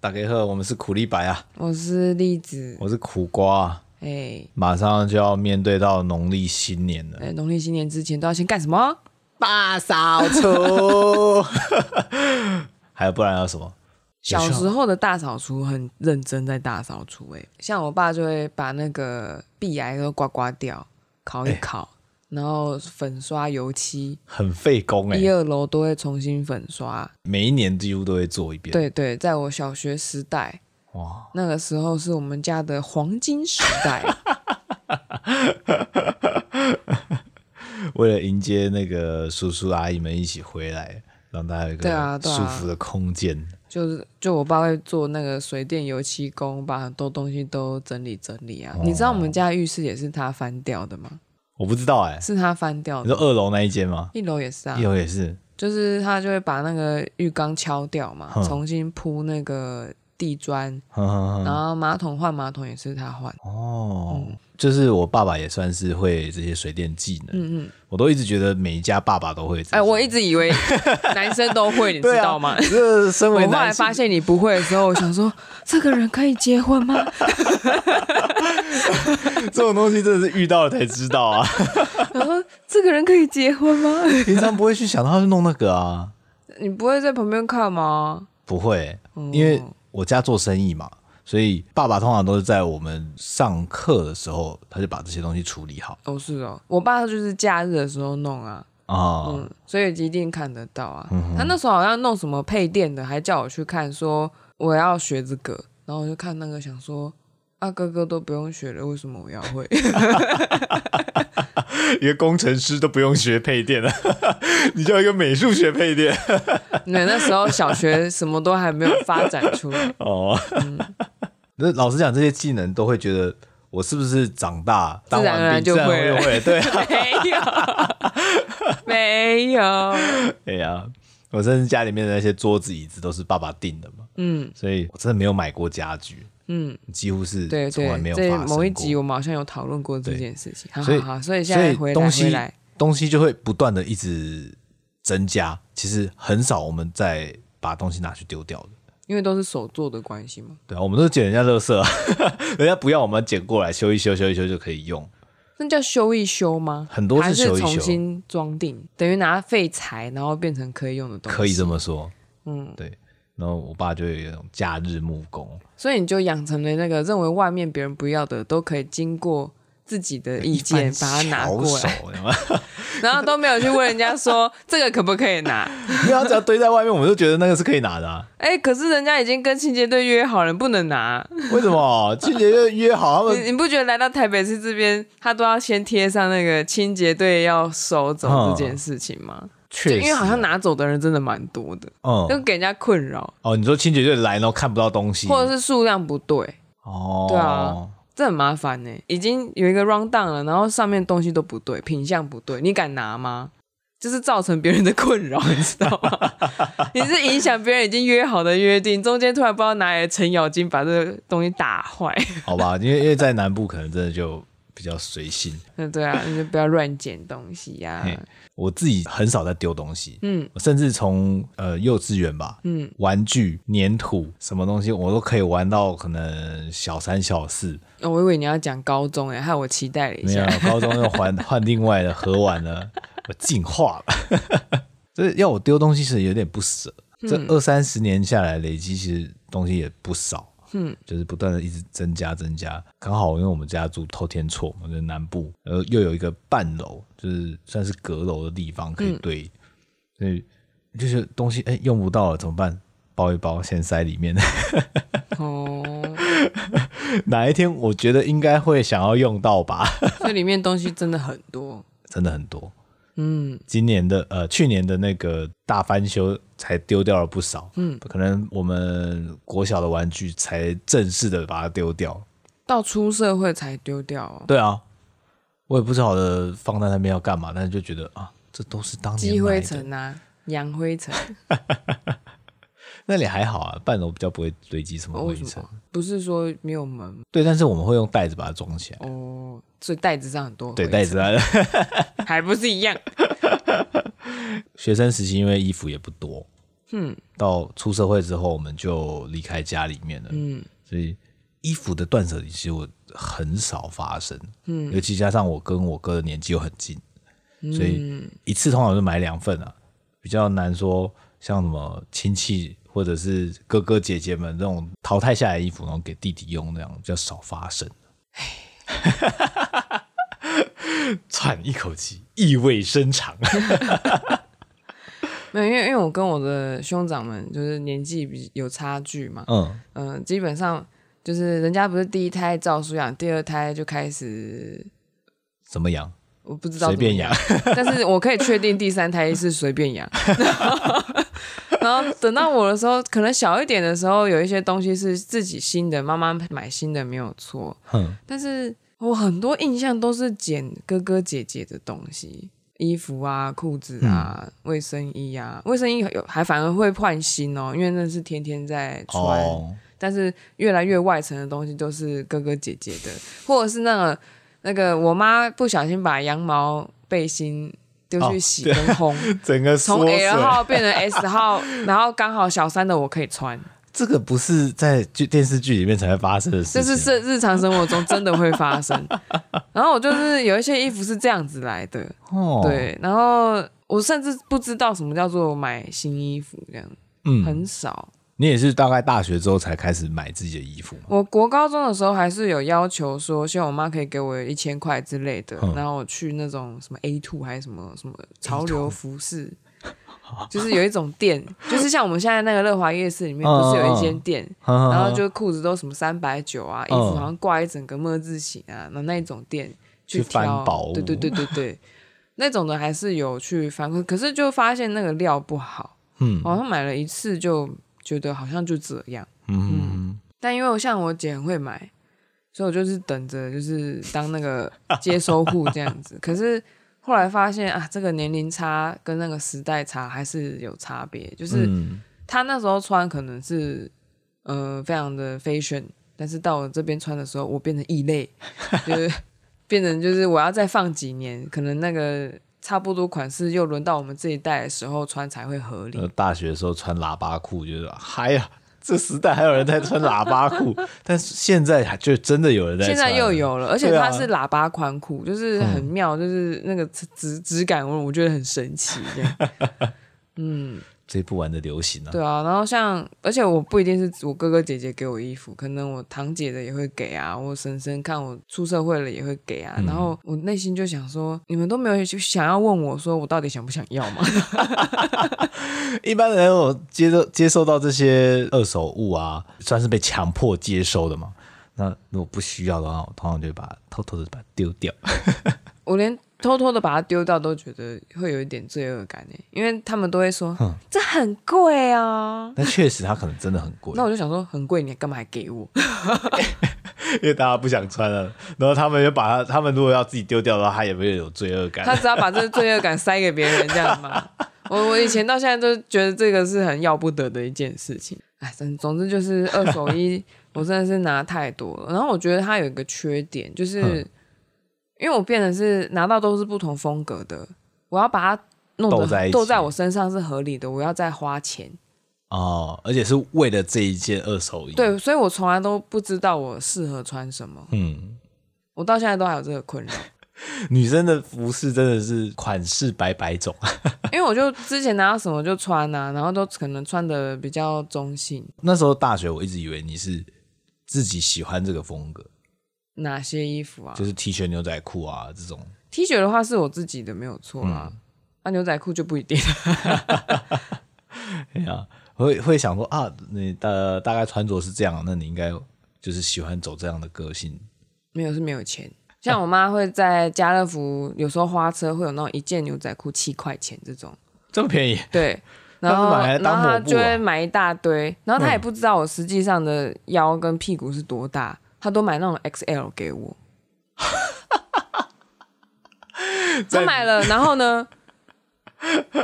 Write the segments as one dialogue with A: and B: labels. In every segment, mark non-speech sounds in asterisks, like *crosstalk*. A: 大家好，我们是苦力白啊，
B: 我是栗子，
A: 我是苦瓜、啊，
B: 哎
A: 马上就要面对到农历新年了，
B: 哎，农历新年之前都要先干什么？
A: 大扫除， *laughs* 还有不然要什么？
B: 小
A: 有效
B: 时候的大扫除很认真在大扫除、哎，像我爸就会把那个壁癌都刮刮掉，烤一
A: 哎
B: 烤，然后粉刷油漆，
A: 很费工哎、
B: 一二楼都会重新粉刷。
A: 每一年几乎都会做一遍。，
B: 对对，在我小学时代，
A: 哇，
B: 那个时候是我们家的黄金时代，
A: 为了迎接那个叔叔阿姨们一起回来，让大家有一
B: 对啊
A: 个
B: 对啊
A: 舒服的空间。
B: 就是就我爸会做那个水电油漆工，把很多东西都整理整理啊。你知道
A: 哦
B: 我们家浴室也是他翻掉的吗？
A: 我不知道哎、
B: 是他翻掉
A: 你
B: 的
A: 说，二楼那一间吗？
B: 一楼也是啊
A: 一，楼也是，
B: 就是他就会把那个浴缸敲掉嘛
A: 哼，
B: 重新铺那个地砖，
A: 哼哼哼
B: 然后马桶换马桶也是他换。
A: 嗯哦，就是我爸爸也算是会这些水电技能，
B: 嗯嗯，
A: 我都一直觉得每一家爸爸都会这些。
B: 哎，我一直
A: *laughs*
B: 以为男生都会，你知道吗？
A: 对啊、 *laughs* 这身
B: 我
A: 为
B: 后来
A: 男性
B: 发现你不会的时候，我想
A: *laughs*
B: 说，这个人可以结婚吗？
A: 这种东西真的是遇到了才知道啊，
B: 然后这个人可以结婚吗？
A: *laughs* 平常不会去想到去弄那个啊，
B: 你不会在旁边看吗？
A: 不会，
B: 嗯
A: 因为我家做生意嘛，所以爸爸通常都是在我们上课的时候，他就把这些东西处理好
B: 哦，是哦，我爸就是假日的时候弄啊，
A: 啊。
B: 嗯，所以一定看得到
A: 嗯
B: 啊。他那时候好像弄什么配电的，还叫我去看，说我要学这个，然后我就看那个，想说啊，哥哥都不用学了，为什么我要会？ *laughs*
A: 一个工程师都不用学配电了，啊 *laughs* 你叫一个美术学配电 *laughs*
B: 那那时候小学什么都还没有发展出来，
A: 哦。
B: 嗯
A: *laughs* 那老实讲，这些技能都会觉得我是不是长大当
B: 自然而
A: 完
B: 然
A: 兵
B: 就
A: 自
B: 会
A: 然
B: 了
A: 会对啊
B: 没有，没有，
A: 对呀、我甚至家里面的那些桌子、椅子都是爸爸订的嘛，
B: 嗯
A: 所以我真的没有买过家具，
B: 嗯，
A: 几乎是
B: 对
A: 从来没
B: 对，
A: 有
B: 这
A: 发生
B: 某一
A: 过
B: 集我们好像有讨论过这件事情，好
A: 所以
B: 好好，所以现
A: 所
B: 在
A: 以
B: 回来
A: 东西
B: 回来，
A: 东西就会不断的一直增加，其实很少我们再把东西拿去丢掉的。
B: 因为都是手做的关系嘛。
A: 对啊，我们都捡人家垃圾、啊， *laughs* 人家不要我们捡过来修一修，修一修就可以用。
B: 那叫修一修吗？
A: 很多是
B: 还是
A: 修一修
B: 重新装订，等于拿废材，然后变成可以用的东西。
A: 可以这么说，
B: 嗯，
A: 对。然后我爸就有一种假日木工，
B: 所以你就养成了那个认为外面别人不要的都可以经过自己的意见把它拿过来，
A: 巧手，有没有
B: *laughs* 然后都没有去问人
A: *laughs*
B: 家说这个可不可以拿。
A: 没有，他只要堆在外面，我们就觉得那个是可以拿的、啊。
B: 哎，可是人家已经跟清洁队约好了，不能拿。
A: 为什么？清洁就约好他们
B: 你你不觉得来到台北市这边，他都要先贴上那个清洁队要收走这件事情吗？
A: 啊确
B: 就
A: 实，啊
B: 因为好像拿走的人真的蛮多的，就
A: 嗯
B: 给人家困扰。
A: 哦，你说清洁队来，然后看不到东西，
B: 或者是数量不对，
A: 哦，
B: 对啊，这很麻烦呢、已经有一个 round down 了，然后上面东西都不对，品相不对，你敢拿吗？就是造成别人的困扰， *laughs* 你知道吗？你是影响别人已经约好的约定，中间突然不知道哪里的程咬金把这个东西打坏。 *laughs*
A: 好吧，因为因为在南部可能真的就比较随
B: *laughs*
A: 性，
B: 那对啊，你就不要乱捡东西啊呀、
A: 嘿我自己很少在丢东西，
B: 嗯
A: 我甚至从呃幼稚园吧，
B: 嗯，
A: 玩具、粘土什么东西，我都可以玩到可能小三、小四，
B: 哦我以为你要讲高中哎、害我期待了一
A: 没有
B: 下。
A: 高中又换 *laughs* 换另外的盒玩了，我进化了， *laughs* 所以要我丢东西是有点不舍。
B: 嗯
A: 这二三十年下来，累积其实东西也不少，
B: 嗯，
A: 就是不断的一直增加增加。刚好因为我们家住透天厝，我们南部，呃，又有一个半楼，就是算是阁楼的地方可以堆，
B: 嗯
A: 所以就是东西哎、用不到了怎么办？包一包先塞里面， *laughs*
B: 哦，
A: 哪一天我觉得应该会想要用到吧，
B: 这里面东西真的很多。
A: 真的很多。
B: 嗯，
A: 今年的呃去年的那个大翻修才丢掉了不少，嗯，可能我们国小的玩具才正式的把它丢掉。
B: 到出社会才丢掉哦。
A: 对啊，我也不晓得放在那边要干嘛，但是就觉得啊，这都是当年
B: 积
A: 买
B: 灰
A: 的，
B: 尘啊，扬灰尘。
A: 那里还好啊，半楼比较不会堆积什么
B: 哦，
A: 灰
B: 为什
A: 尘，
B: 么？不是说没有门
A: 对，但是我们会用袋子把它装起来，
B: 哦，所以袋子上很多
A: 对，
B: 灰
A: 袋子啊。 *laughs*
B: 还不是一样？
A: 学生时期因为衣服也不多，
B: 嗯
A: 到出社会之后，我们就离开家里面了，
B: 嗯
A: 所以衣服的断舍离其实我很少发生，
B: 嗯
A: 尤其加上我跟我哥的年纪又很近，
B: 嗯，
A: 所以一次通常就买两份啊，比较难说像什么亲戚或者是哥哥姐姐们这种淘汰下来的衣服，然后给弟弟用那样比较少发生。 *laughs* 喘一口气，意味深长。
B: 没有，因为因为我跟我的兄长们就是年纪比有差距嘛，
A: *laughs* 嗯，
B: 嗯、基本上就是人家不是第一胎照书养，第二胎就开始
A: 怎么样？
B: 我不知道
A: 随便
B: 怎么
A: 养。
B: *laughs* 但是我可以确定第三胎是随便
A: *laughs*
B: 养。 *laughs* 然后等到我的时候，可能小一点的时候，有一些东西是自己新的，妈妈买新的没有错。
A: 哼，
B: 但是我很多印象都是捡哥哥姐姐的东西，衣服啊、裤子啊、
A: 嗯
B: 卫生衣啊，卫生衣有还反而会换新哦，因为那是天天在穿。
A: 哦，
B: 但是越来越外层的东西都是哥哥姐姐的，或者是那个那个我妈不小心把羊毛背心丢去洗跟烘，
A: 整个哦缩
B: 从 L
A: 水。
B: 号变成 S 号，然后刚好小三的我可以穿，
A: 这个不是在剧电视剧里面才会发生的事
B: 这
A: 情，
B: 是是日常生活中真的会
A: *laughs*
B: 发生。然后我就是有一些衣服是这样子来的，
A: 哦，，
B: 对，然后我甚至不知道什么叫做买新衣服，这样
A: 嗯，
B: 很少。
A: 你也是大概大学之后才开始买自己的衣服吗？
B: 我国高中的时候还是有要求说，希望我妈可以给我一千块之类的，
A: 嗯
B: 然后我去那种什么 A two 还是什么什么潮流服饰，就是有一种店，就是像我们现在那个乐华夜市里面
A: 嗯
B: 不是有一间店，然
A: 然
B: 后就裤子都什么三百九啊，衣
A: 嗯
B: 服好像挂一整个么字形啊，那那一种店
A: 去
B: 挑，
A: 翻宝物
B: 对对
A: *laughs*
B: 对对对，那种的还是有去翻过，可是就发现那个料不好，
A: 嗯
B: 好像买了一次就觉得好像就这样。
A: 嗯，
B: 但因为我像我姐很会买，所以我就是等着就是当那
A: *laughs*
B: 个接收户这样子。可是后来发现啊，这个年龄差跟那个时代差还是有差别。就是
A: 嗯
B: 她那时候穿可能是呃非常的 fashion，但是到我这边穿的时候，我变成异类，就是 *laughs* 变成就是我要再放几年，可能那个。差不多款式又轮到我们这一代的时候穿才会合理
A: 呃，，大学的时候穿喇叭裤，就是嗨呀、这时代还有人在穿喇叭
B: *laughs*
A: 裤，但是现在还就真的有人在穿
B: 现
A: 了，嗯
B: 在又有了，而且
A: 对啊
B: 它是喇叭宽裤，就是很妙，就是那个质质感，我我觉得很神奇。这样嗯，
A: 追不完的流行啊，
B: 对啊。然后像，而且我不一定是我哥哥姐姐给我衣服，可能我堂姐的也会给啊，我婶婶看我出社会了也会给啊。
A: 嗯
B: 然后我内心就想说，你们都没有去想要问我说我到底想不想要吗？ *laughs*
A: 一般人有接受接受到这些二手物啊，算是被强迫接收的嘛。那如果不需要的话，我通常就会把它偷偷的把它丢掉。
B: 我连偷偷的把它丢掉都觉得会有一点罪恶感诶，因为他们都会说
A: 哼
B: 这很贵啊。
A: 但确实，它可能真的很贵
B: 那，我就想说，很贵，你干嘛还给我？
A: 因为大家不想穿了。然后他们又把它，他们如果要自己丢掉的话，他也会有罪恶
B: 他
A: 感。
B: 只要把这罪恶感塞给别人，这样吗？我我以前到现在都觉得这个是很要不得的一件事情。哎，总总之就是二手衣，我真的是拿太多了。然后我觉得它有一个缺点，就是
A: 嗯
B: 因为我变得是拿到都是不同风格的，我要把它弄
A: 斗
B: 得
A: 在一起
B: 斗在我身上是合理的，我要再花钱。
A: 哦，而且是为了这一件二手衣。，
B: 对，所以我从来都不知道我适合穿什么，
A: 嗯，
B: 我到现在都还有这个困扰。
A: 女生的服饰真的是款式百百种， *laughs*
B: 因为我就之前拿到什么就穿啊，然后都可能穿的比较中性，
A: 那时候大学我一直以为你是自己喜欢这个风格，
B: 哪些衣服啊
A: 就是 T 恤、牛仔裤啊这种。
B: ？T 恤的话是我自己的，没有错啦。那、牛仔裤就不一定。
A: 哎呀、会会想说啊，你的大概穿着是这样，那你应该就是喜欢走这样的个性。
B: *laughs* 没有是没有钱。像我妈会在家乐福，有时候花车会有那种一件牛仔裤七块钱这种，
A: 这么便宜， *laughs*
B: 对。然后，
A: 那买来
B: 然
A: 当
B: 后她
A: 抹布啊嗯
B: 就会买一大堆，然后她也不知道我实际上的腰跟屁股是多大，她都买那种 XL
A: *laughs*
B: 给我。她买了，然后呢，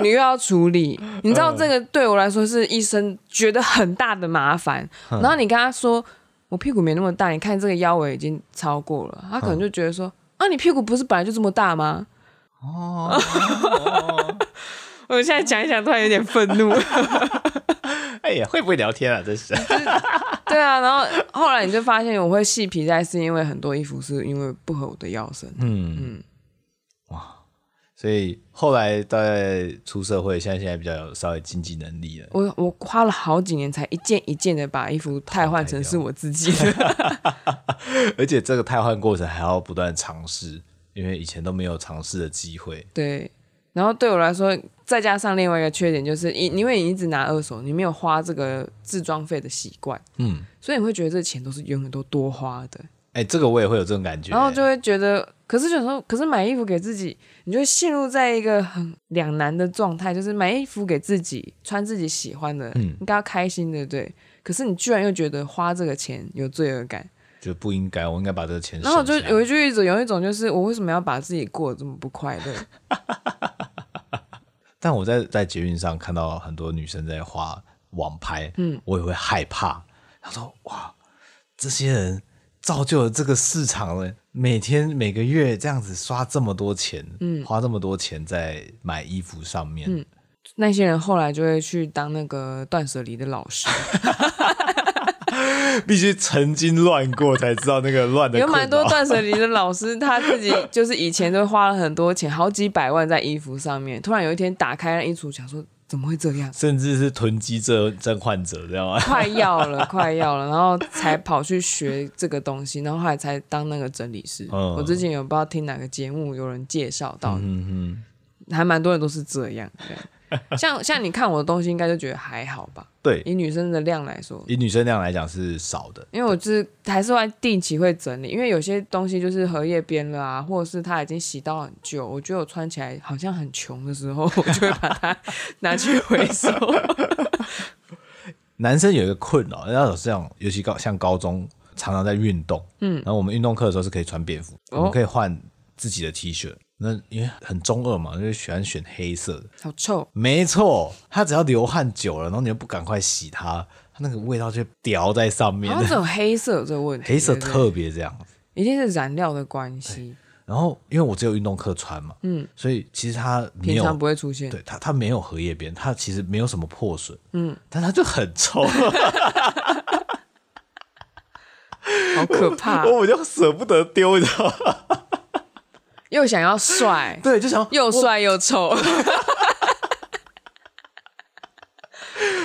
B: 你又要处理，你知
A: 嗯
B: 道这个对我来说是一生觉得很大的麻烦。
A: 嗯
B: 然后你跟她说，我屁股没那么大，你看这个腰围已经超过了，她可
A: 嗯
B: 能就觉得说，啊，你屁股不是本来就这么大吗？ *laughs* 我现在讲一讲，突然有点愤怒。
A: 哎呀，会不会聊天啊？真是， *laughs*
B: *laughs* 对啊，然后后来你就发现我会细皮带，是因为很多衣服是因为不合我的腰身。
A: 嗯嗯，哇！所以后来大概出社会，现在现在比较有稍微经济能力了。
B: 我我花了好几年才一件一件的把衣服汰换成是我自己的。
A: 而且这个汰换过程还要不断尝试，因为以前都没有尝试的机会。
B: 对，然后对我来说，再加上另外一个缺点就是，因因为你一直拿二手，你没有花这个自装费的习惯，
A: 嗯，
B: 所以你会觉得这钱都是永远都多花的，
A: 哎、这个我也会有这种感觉。
B: 然后就会觉得，可是有时候，可是买衣服给自己，你就会陷入在一个很两难的状态，就是买衣服给自己穿自己喜欢的，
A: 嗯
B: 应该要开心的，对。可是你居然又觉得花这个钱有罪恶感，
A: 就不应该，我应该把这个钱省
B: 然
A: 下
B: 后
A: 来。
B: 我就有一句一直有一种就是我为什么要把自己过得这么不快乐？ *laughs*
A: 但我在在捷运上看到很多女生在花网拍，
B: 嗯，
A: 我也会害怕。他说：“哇，这些人造就了这个市场了，每天每个月这样子刷这么多钱，嗯，花这么多钱在买衣服上面，嗯，
B: 那些人后来就会去当那个断舍离的老师，
A: *laughs* 必须曾经乱过才知道那个乱的
B: 有
A: 困扰。？
B: 蛮多断舍离的老师，他自己就是以前都花了很多钱，好几百万在衣服上面，突然有一天打开那衣橱，想说怎么会这
A: *laughs*
B: 样
A: 甚至是囤积症症患者，知道吗？ *laughs*
B: 快要了， *laughs* 快要了，然后才跑去学这个东西，然后后来才当那个整理师。
A: 嗯
B: 我之前有不知道听哪个节目有人介绍到，
A: 嗯嗯，
B: 还蛮多人都是这样。对像像你看我的东西，应该就觉得还好吧？
A: 对，
B: 以女生的量来说，
A: 以女生量来讲是少的，
B: 因为我就是还是会定期会整理，因为有些东西就是荷叶边了啊，或者是它已经洗到很旧，我觉得我穿起来好像很穷的时候， *laughs* 我就会把它拿去回
A: *laughs*
B: 收。
A: 男生有一个困扰，那种这样，尤其高像高中常常在运动，嗯，然后我们运动课的时候是可以穿便服，
B: 哦
A: 我们可以换自己的 T 恤。那因为很中二嘛，就喜欢选黑色的。
B: 好臭！
A: 没错，他只要流汗久了，然后你又不赶快洗它，它那个味道就掉在上面
B: 好，像只有黑色啊有这个问
A: *laughs*
B: 题，
A: 黑色
B: 对不对
A: 特别这样子。
B: 一定是燃料的关系，
A: 然后因为我只有运动课穿嘛，嗯，所以其实它没
B: 平
A: 有
B: 常不会出现。
A: 对它，它没有荷叶边，它其实没有什么破损，嗯，但它就很臭，
B: 好可 *laughs*
A: *laughs*
B: 怕！
A: 我就舍不得丢，你知
B: *laughs*
A: 道吗？
B: 又想要帅，
A: 对，就想
B: 又
A: 我
B: 帅又
A: *laughs*
B: 臭，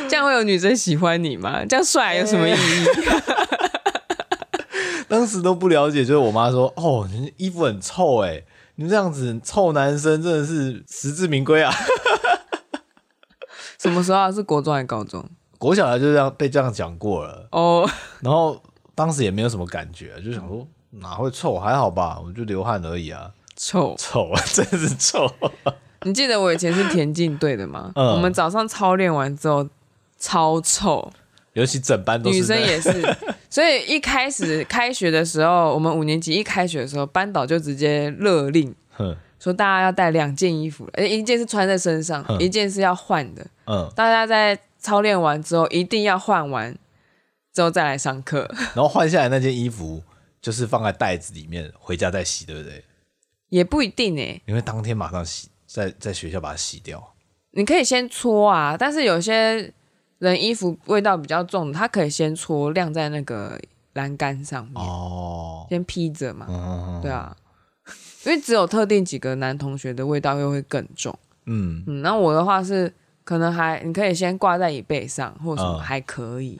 B: 这样会有女生喜欢你吗？这样帅
A: 哎
B: 有什么意义？ *laughs*
A: 当时都不了解，就是我妈说：“哦，你衣服很臭哎、你们这样子臭男生真的是实至名归啊 *laughs*
B: 什么时候啊？是国中还是高中？！”
A: 国小的就这样被这样讲过了，
B: 哦、
A: 然后当时也没有什么感觉，就想说哪会臭，还好吧，我就流汗而已啊，
B: 臭！
A: 臭， *laughs* 真的是臭。
B: 你记得我以前是田径队的吗？
A: 嗯
B: 我们早上操练完之后超臭，
A: 尤其整班都是
B: 女生
A: 那 *laughs*
B: 也是。所以一开始开学的时候，我们五年级一开学的时候，班导就直接勒令
A: 哼
B: 说大家要带两件衣服，呃一件是穿在身上，
A: 嗯
B: 一件是要换的。
A: 嗯，
B: 大家在操练完之后一定要换完。之后再来上课， *laughs*
A: 然后换下来那件衣服就是放在袋子里面，回家再洗，对不对？
B: 也不一定哎、
A: 因为当天马上洗，在在学校把它洗掉。
B: 你可以先搓啊，但是有些人衣服味道比较重，他可以先搓晾在那个栏杆上面，
A: 哦，
B: 先披着嘛。
A: 嗯
B: 对啊， *laughs* 因为只有特定几个男同学的味道又会更重。
A: 嗯，
B: 嗯，那我的话是可能还你可以先挂在椅背上或者什么
A: 嗯
B: 还可以，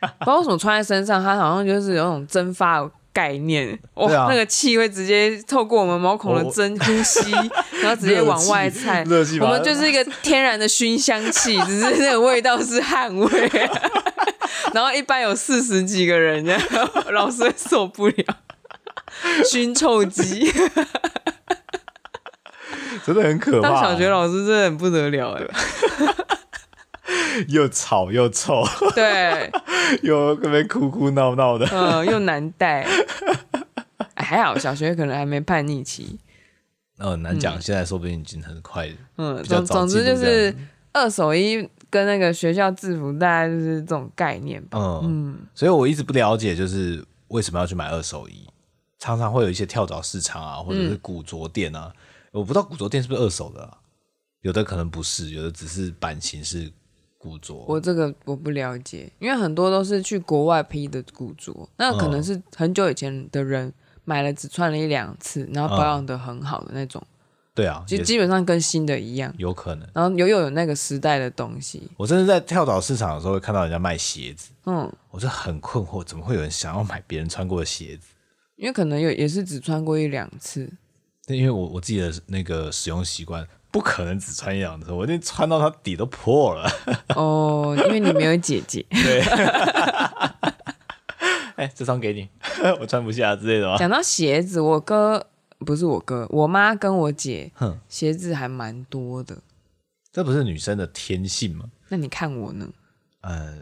B: 不知道为什么穿在身上，它好像就是有那种蒸发的概念，哇、
A: 对啊
B: 那个气会直接透过我们毛孔的
A: 我
B: 蒸呼吸，然后直接往外散。
A: 热气
B: 我
A: 把它
B: 们就是一个天然的熏香气，只是那个味道是汗味。 *laughs* 然后一般有四十几个人，这样老师会受不了。熏臭鸡，
A: 真的很可怕。欸
B: 当小学老师真的很不得了哎、
A: 又吵又臭， *laughs*
B: 对，
A: 又那边哭哭闹闹的。
B: 嗯，又难带。哎还好小学可能还没叛逆期，
A: 呃，难讲，现在说不定已经很快了。
B: 嗯，
A: 比较
B: 总
A: 早
B: 总
A: 进
B: 之
A: 入
B: 就
A: 这样
B: 是二手衣跟那个学校制服，大概就是这种概念吧。
A: 嗯，所以我一直不了解，就是为什么要去买二手衣，常
B: 嗯
A: 常会有一些跳蚤市场啊，或者是古着店啊，我不知道古着店是不是二手的、啊，有的可能不是，有的只是版型是古着。
B: 我这个我不了解，因为很多都是去国外批的古着，那可能
A: 嗯
B: 是很久以前的人买了只穿了一两次，然后保养的很好的那种，
A: 对啊，嗯
B: 就
A: 也
B: 基本上跟新的一样。
A: 有可能。
B: 然后又又有那个时代的东西，
A: 我甚至在跳蚤市场的时候会看到人家卖鞋子，
B: 嗯，
A: 我就很困惑，怎么会有人想要买别人穿过的鞋子？
B: 因为可能有也是只穿过一两次，
A: 那因为我我自己的那个使用习惯，不可能只穿一两次，我一定穿到它底都破了。 *laughs*
B: 哦，因为你没有姐姐。
A: 哎、这双给你， *laughs* 我穿不下之类的吗？
B: 讲到鞋子，我哥不是我哥，我妈跟我姐
A: 哼，
B: 鞋子还蛮多的。
A: 这不是女生的天性吗？
B: 那你看我呢？
A: 呃，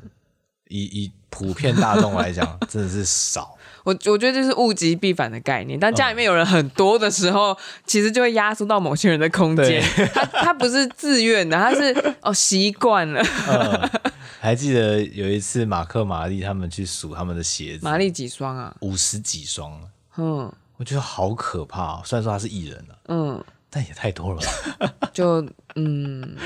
A: 以以普遍大众来讲，真的是少。
B: 我我觉得这是物极必反的概念。当家里面有人很多的时候，其实就会压缩到某些人的空间。他他不是自愿的，他是哦习惯了。
A: 还记得有一次马克、玛丽他们去数他们的鞋子，
B: 玛丽几双啊？
A: 五十几双，
B: 嗯
A: 我觉得好可怕、哦。虽然说他是艺人了、
B: 嗯，
A: 但也太多了吧？
B: 就嗯，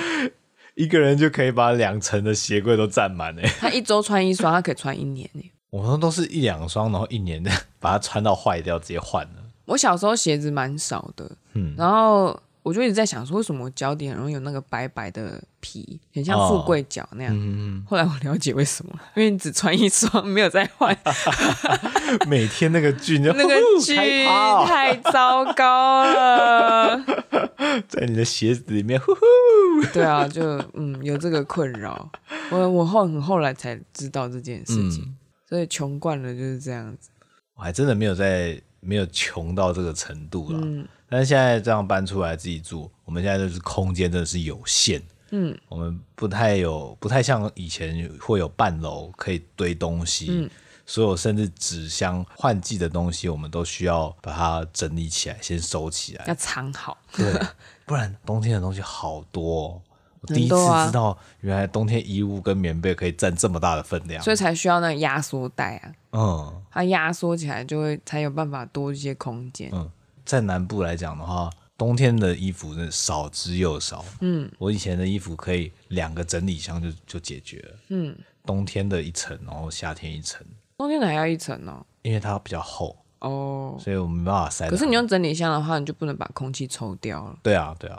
A: 一个人就可以把两层的鞋柜都占满 *laughs* 哎。
B: 他一周穿一双，他可以穿一年欸耶
A: 我们都是一两双，然后一年的 *laughs* 把它穿到坏掉，直接换了。
B: 我小时候鞋子蛮少的，
A: 嗯
B: 然后我就一直在想说，为什么我脚底很容易有那个白白的皮，很像
A: 哦
B: 富贵脚那样。
A: 嗯
B: 后来我了解为什么，因为你只穿一双，没有再
A: *laughs*
B: 换，
A: *laughs* 每天那个剧，你就
B: 那个
A: 呼
B: 菌
A: 开哦炮
B: 太糟糕了。
A: 在你的鞋子里面，呼呼。
B: 对啊，就嗯有这个困扰，我我后很后来才知道这件事情，
A: 嗯
B: 所以穷惯了就是这样子。
A: 我还真的没有在没有穷到这个程度啦。
B: 嗯
A: 但是现在这样搬出来自己住，我们现在就是空间真的是有限。
B: 嗯，
A: 我们不太有，不太像以前会有半楼可以堆东西，
B: 嗯
A: 所有甚至纸箱、换季的东西，我们都需要把它整理起来，先收起来。
B: 要藏好，
A: 对，
B: *laughs*
A: 不然冬天的东西好多、哦。我第一次
B: 很多啊
A: 知道，原来冬天衣物跟棉被可以占这么大的分量。
B: 所以才需要那个压缩袋啊，
A: 嗯
B: 它压缩起来就会才有办法多一些空间。
A: 嗯，在南部来讲的话，冬天的衣服真的少之又少。嗯，我以前的衣服可以两个整理箱就就解决了。
B: 嗯，
A: 冬天的一层，然后夏天一层。
B: 冬天的还要一层哦。
A: 因为它比较厚，
B: 哦，
A: 所以我没办法塞得
B: 可
A: 很。。
B: 是你用整理箱的话，你就不能把空气抽掉了
A: *laughs* 对啊对啊，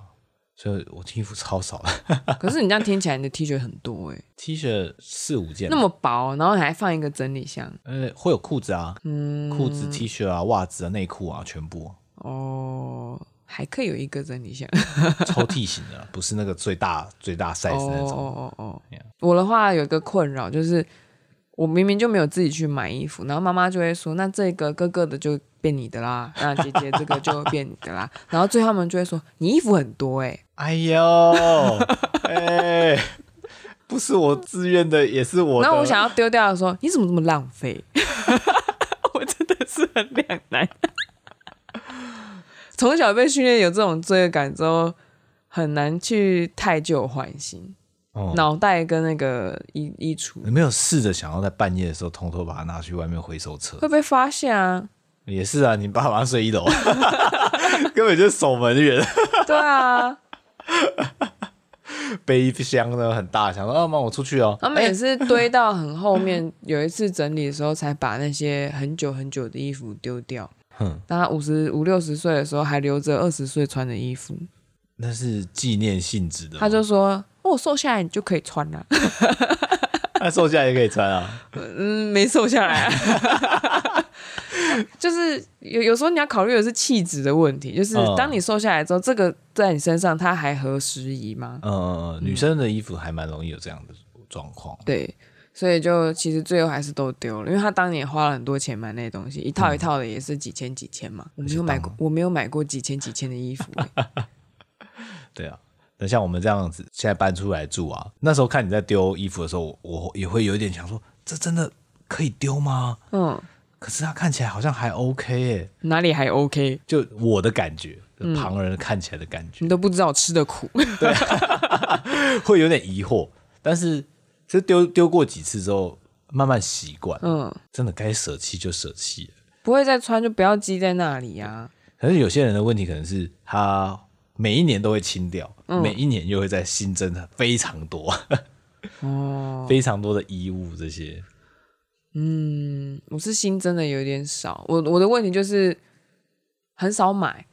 A: 所以我衣服超少的 *laughs*
B: 可是你这样听起来，你的 T 恤很多哎、
A: ，T 恤四五件吧，
B: 那么薄，然后你还放一个整理箱。
A: 呃会有裤子啊，
B: 嗯
A: 裤子、T 恤啊、袜子啊、内裤啊，全部啊
B: 哦，还可以有一个整理箱。
A: *laughs* 抽屉型的啊，不是那个最大最大 size 那种。
B: 哦哦哦
A: Yeah
B: 我的话有一个困扰就是，我明明就没有自己去买衣服，然后妈妈就会说，那这个哥哥的就变你的啦，那姐姐这个就变你的啦， *laughs* 然后最后他们就会说，你衣服很多哎、
A: 哎呦， *laughs* 哎、不是我自愿的，也是我的。
B: 然后我想要丢掉的时候，你怎么这么浪费？ *laughs* 我真的是很两难。 *laughs* 从小被训练有这种罪恶感之后，很难去太旧换新，
A: 哦
B: 脑袋跟那个衣衣橱
A: 你没有试着想要在半夜的时候偷偷把它拿去外面回收车？
B: 会被发现 *laughs* 啊。
A: 也是啊，你爸妈睡一楼， *laughs* 根本就是守门员。 *laughs*
B: 对啊，
A: 背一箱呢很大，想说啊妈我出去哦。
B: 他们也是堆到很后面，有一次整理的时候才把那些很久很久的衣服丢掉。
A: 哼，
B: 当他五十五六十岁的时候还留着二十岁穿的衣服，
A: 那是纪念性质的，
B: 他就说：“哦，我瘦下来你就可以穿啊了、
A: 他售价也可以穿啊。
B: 嗯，没瘦下来、啊。 *laughs* 就是有有时候你要考虑的是气质的问题，就是
A: 嗯
B: 当你瘦下来之后，这个在你身上它还合时宜吗？
A: 呃，女生的衣服还蛮容易有这样的状况。
B: 对，所以就其实最后还是都丢了，因为他当年花了很多钱买那些东西，一套一套的也是几千几千嘛。我没有买过，嗯我没有买过几千几千的衣服、欸
A: 对啊，那像我们这样子现在搬出来住啊，那时候看你在丢衣服的时候，我也会有一点想说，这真的可以丢吗？
B: *laughs* 嗯，
A: 可是它看起来好像还 OK 耶，
B: 哪里还 OK？
A: 就我的感觉，旁人看起来的感觉、
B: 你都不知道我吃的 *laughs* 苦，
A: 会有点疑惑，但是就丢丢过几次之后，慢慢习惯，
B: 嗯，
A: 真的该舍弃就舍弃了。
B: 不会再穿就不要积在那里啊。
A: 可是有些人的问题可能是他每一年都会清掉，每一年又会再新增非常多、
B: 哦，
A: *laughs* 非常多的衣物这些。
B: 嗯，我是新增的有点少，我我的问题就是很少买。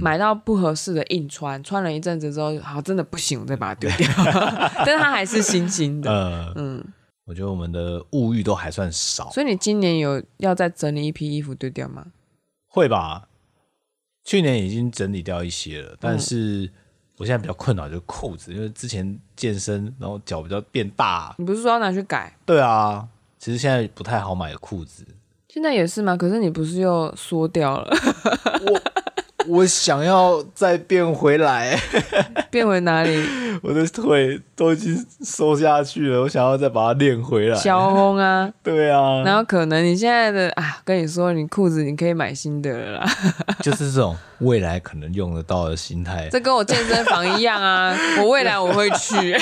B: 买到不合适的硬穿，穿了一阵子之后，好真的不行，我再把它丢掉。 *laughs* 但是它还是新新的，
A: 呃，
B: 嗯。
A: 我觉得我们的物欲都还算少，
B: 所以你今年有要再整理一批衣服丢掉吗？
A: 会吧？去年已经整理掉一些
B: 嗯
A: 了，但是我现在比较困扰就是裤子，因为之前健身，然后脚比较变大。
B: 你不是说要拿去改？
A: 对啊，其实现在不太好买裤
B: *laughs*
A: 子。
B: 现在也是吗？可是你不是又缩掉了， *laughs*
A: 我想要再变回来，
B: 变回哪里？
A: 我的腿都已经瘦下去了，我想要再把它练回来。
B: 小红啊，
A: 对啊，
B: 然后可能你现在的啊，跟你说，你裤子你可以买新的了啦。
A: 就是这种未来可能用得到的心态，
B: *laughs* 这跟我健身房一样啊，我未来我会去，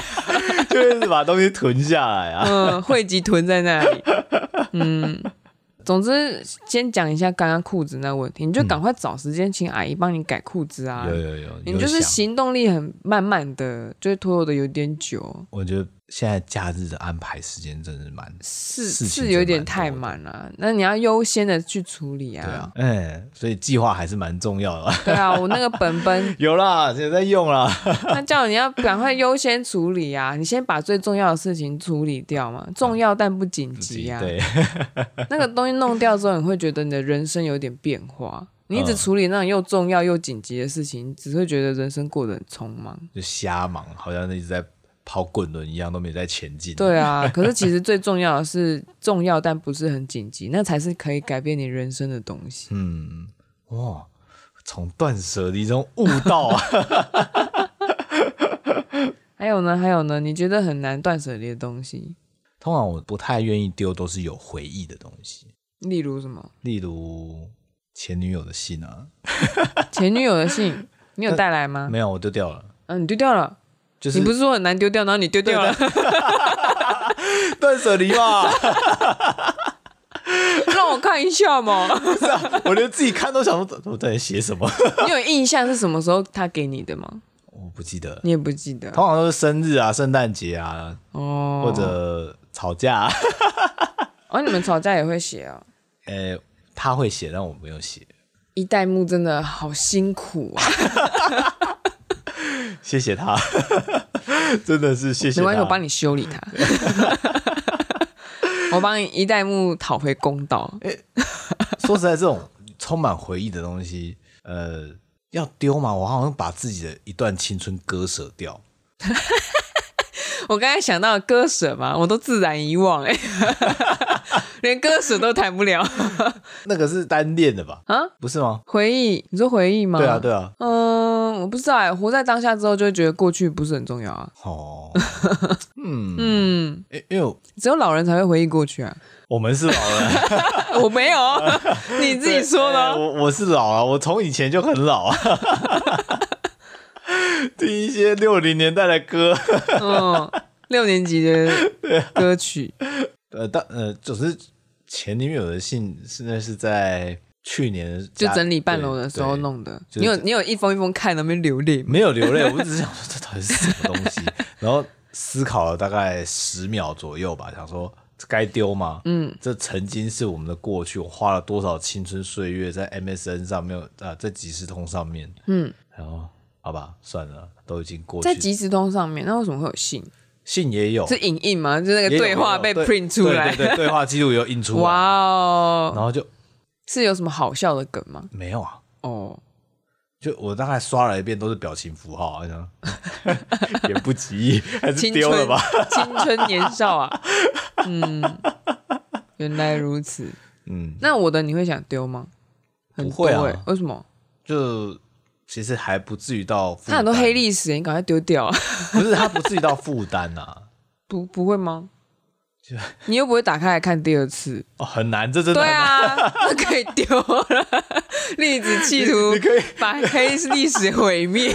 A: 就是把东西囤下来啊。
B: 嗯，汇集囤在那里，嗯。总之，先讲一下刚刚裤子那问题，你就赶快找时间请阿姨帮你改裤子啊。
A: 有有有，
B: 你
A: 有
B: 就是
A: 想
B: 行动力很慢慢的，就会拖的有点久，
A: 我觉得现在假日的安排时间真是蛮
B: 是
A: 事情
B: 是有
A: 真
B: 点
A: 蛮
B: 太
A: 多的
B: 满了、那你要优先的去处理
A: 对啊
B: 啊。，
A: 哎、所以计划还是蛮重要的。
B: 对啊，我那个本
A: *laughs*
B: 本
A: 有啦，现在在用啦。
B: 他叫你要赶快优先处理啊，你先把最重要的事情处理掉嘛，重要但不紧急啊。
A: 对，
B: 那个东西弄掉之后，你会觉得你的人生有点变化。你
A: 嗯
B: 一直处理那种又重要又紧急的事情，你只会觉得人生过得很匆忙。
A: 就瞎忙，好像一直在跑滚轮一样，都没在前进。，
B: 对啊，可是其实最重要的是重要但不是很紧急，那才是可以改变你人生的东西。
A: 嗯，哇，从断舍离中悟到
B: *laughs*
A: 啊，
B: 还有呢，还有呢，你觉得很难断舍离的东西，
A: 通常我不太愿意丢，都是有回忆的东西，
B: 例如什么
A: 例如前女友的信啊，
B: 前女友的信，你有带来吗？
A: 没有，我丢掉了。
B: 嗯、你丢掉了。
A: 就是
B: 啊你不是说很难丢掉，然后你丢掉了，
A: 断舍离嘛， *laughs*
B: *laughs* 让我看一下嘛。 *laughs*
A: 是啊，我连自己看都想说我到底写什么， *laughs*
B: 你有印象是什么时候他给你的吗？
A: 我不记得了。
B: 你也不记得
A: 通常都是生日啊、圣诞节啊，
B: 哦。
A: 或者吵架、啊。
B: 哦，你们吵架也会写哦。
A: 呃、他会写，但我没有写。
B: 一代目真的好辛苦啊！
A: 谢谢他， *laughs* 真的是 *laughs* 谢谢他。
B: 没关系，我帮你修理它。 *laughs* 我帮一代目讨回公道。
A: 说实在，这种充满回忆的东西，呃，要丢吗？我好像把自己的一段青春割舍掉。
B: 我刚才想到割舍嘛，我都自然遗忘哎、 *laughs* 连割舍都谈不了
A: 那个是单恋的吧？
B: 啊！
A: 不是吗？
B: 回忆，你说回忆吗？
A: 对啊，对啊。
B: 嗯、我不知道哎、活在当下之后就会觉得过去不是很重要啊。
A: 哦，
B: 嗯，
A: 因因为
B: 只有老人才会回忆过去啊，
A: 我们是老人，
B: 我没有， *laughs* 你自己说的
A: 哎 *laughs*
B: 哦。
A: 我我是老啊，我从以前就很老啊。 *laughs* 听一些六零年代的歌，
B: 嗯，六年级的歌曲，
A: 呃，但呃，就是前女友的信是那是在去年的
B: 就
A: 家
B: 整理半楼的时候
A: 对对
B: 弄的。
A: 就是
B: 你有
A: 这
B: 你有一封一封看，那边流泪吗？
A: 没有流泪，我只是想说这到底是什么东西，然后思考了大概十秒左右吧，想说这该丢吗？嗯，这曾经是我们的过去，我花了多少青春岁月在 MSN 上面，啊，在即时通上面，嗯，然后好吧，算了，都已经过
B: 在
A: 去，
B: 即时通上面，那为什么会有信？
A: 信也有，
B: 是影印吗？就是那
A: 也
B: 个
A: 有
B: 对话
A: 哦也
B: 被
A: 有
B: print 出来
A: 对。对对，对话记录有印出来，
B: 哇哦，
A: 然后就
B: 是有什么好笑的梗吗？
A: 没有啊。
B: 哦，
A: 就我大概刷了一遍，都是表情符号，好
B: *laughs*
A: 像也不及意，还是
B: 青
A: 丢了
B: 春
A: 吧。，
B: 青春年少
A: *laughs*
B: 啊，嗯，原来如此。
A: 嗯，
B: 那我的你会想丢吗？很
A: 不会啊
B: 多欸为什么？
A: 就其实还不至于到负担
B: 它很多黑，历史，你赶快丢掉啊！ *laughs*
A: 不是他不至于到负担啊呐。
B: 不，不会吗？你又不会打开来看第二次，
A: 哦，很难，这真的
B: 对
A: 很难。
B: 啊，那可以丢了。 *laughs* 粒子企图
A: 你可以
B: 把黑历史
A: *laughs*
B: 毁灭，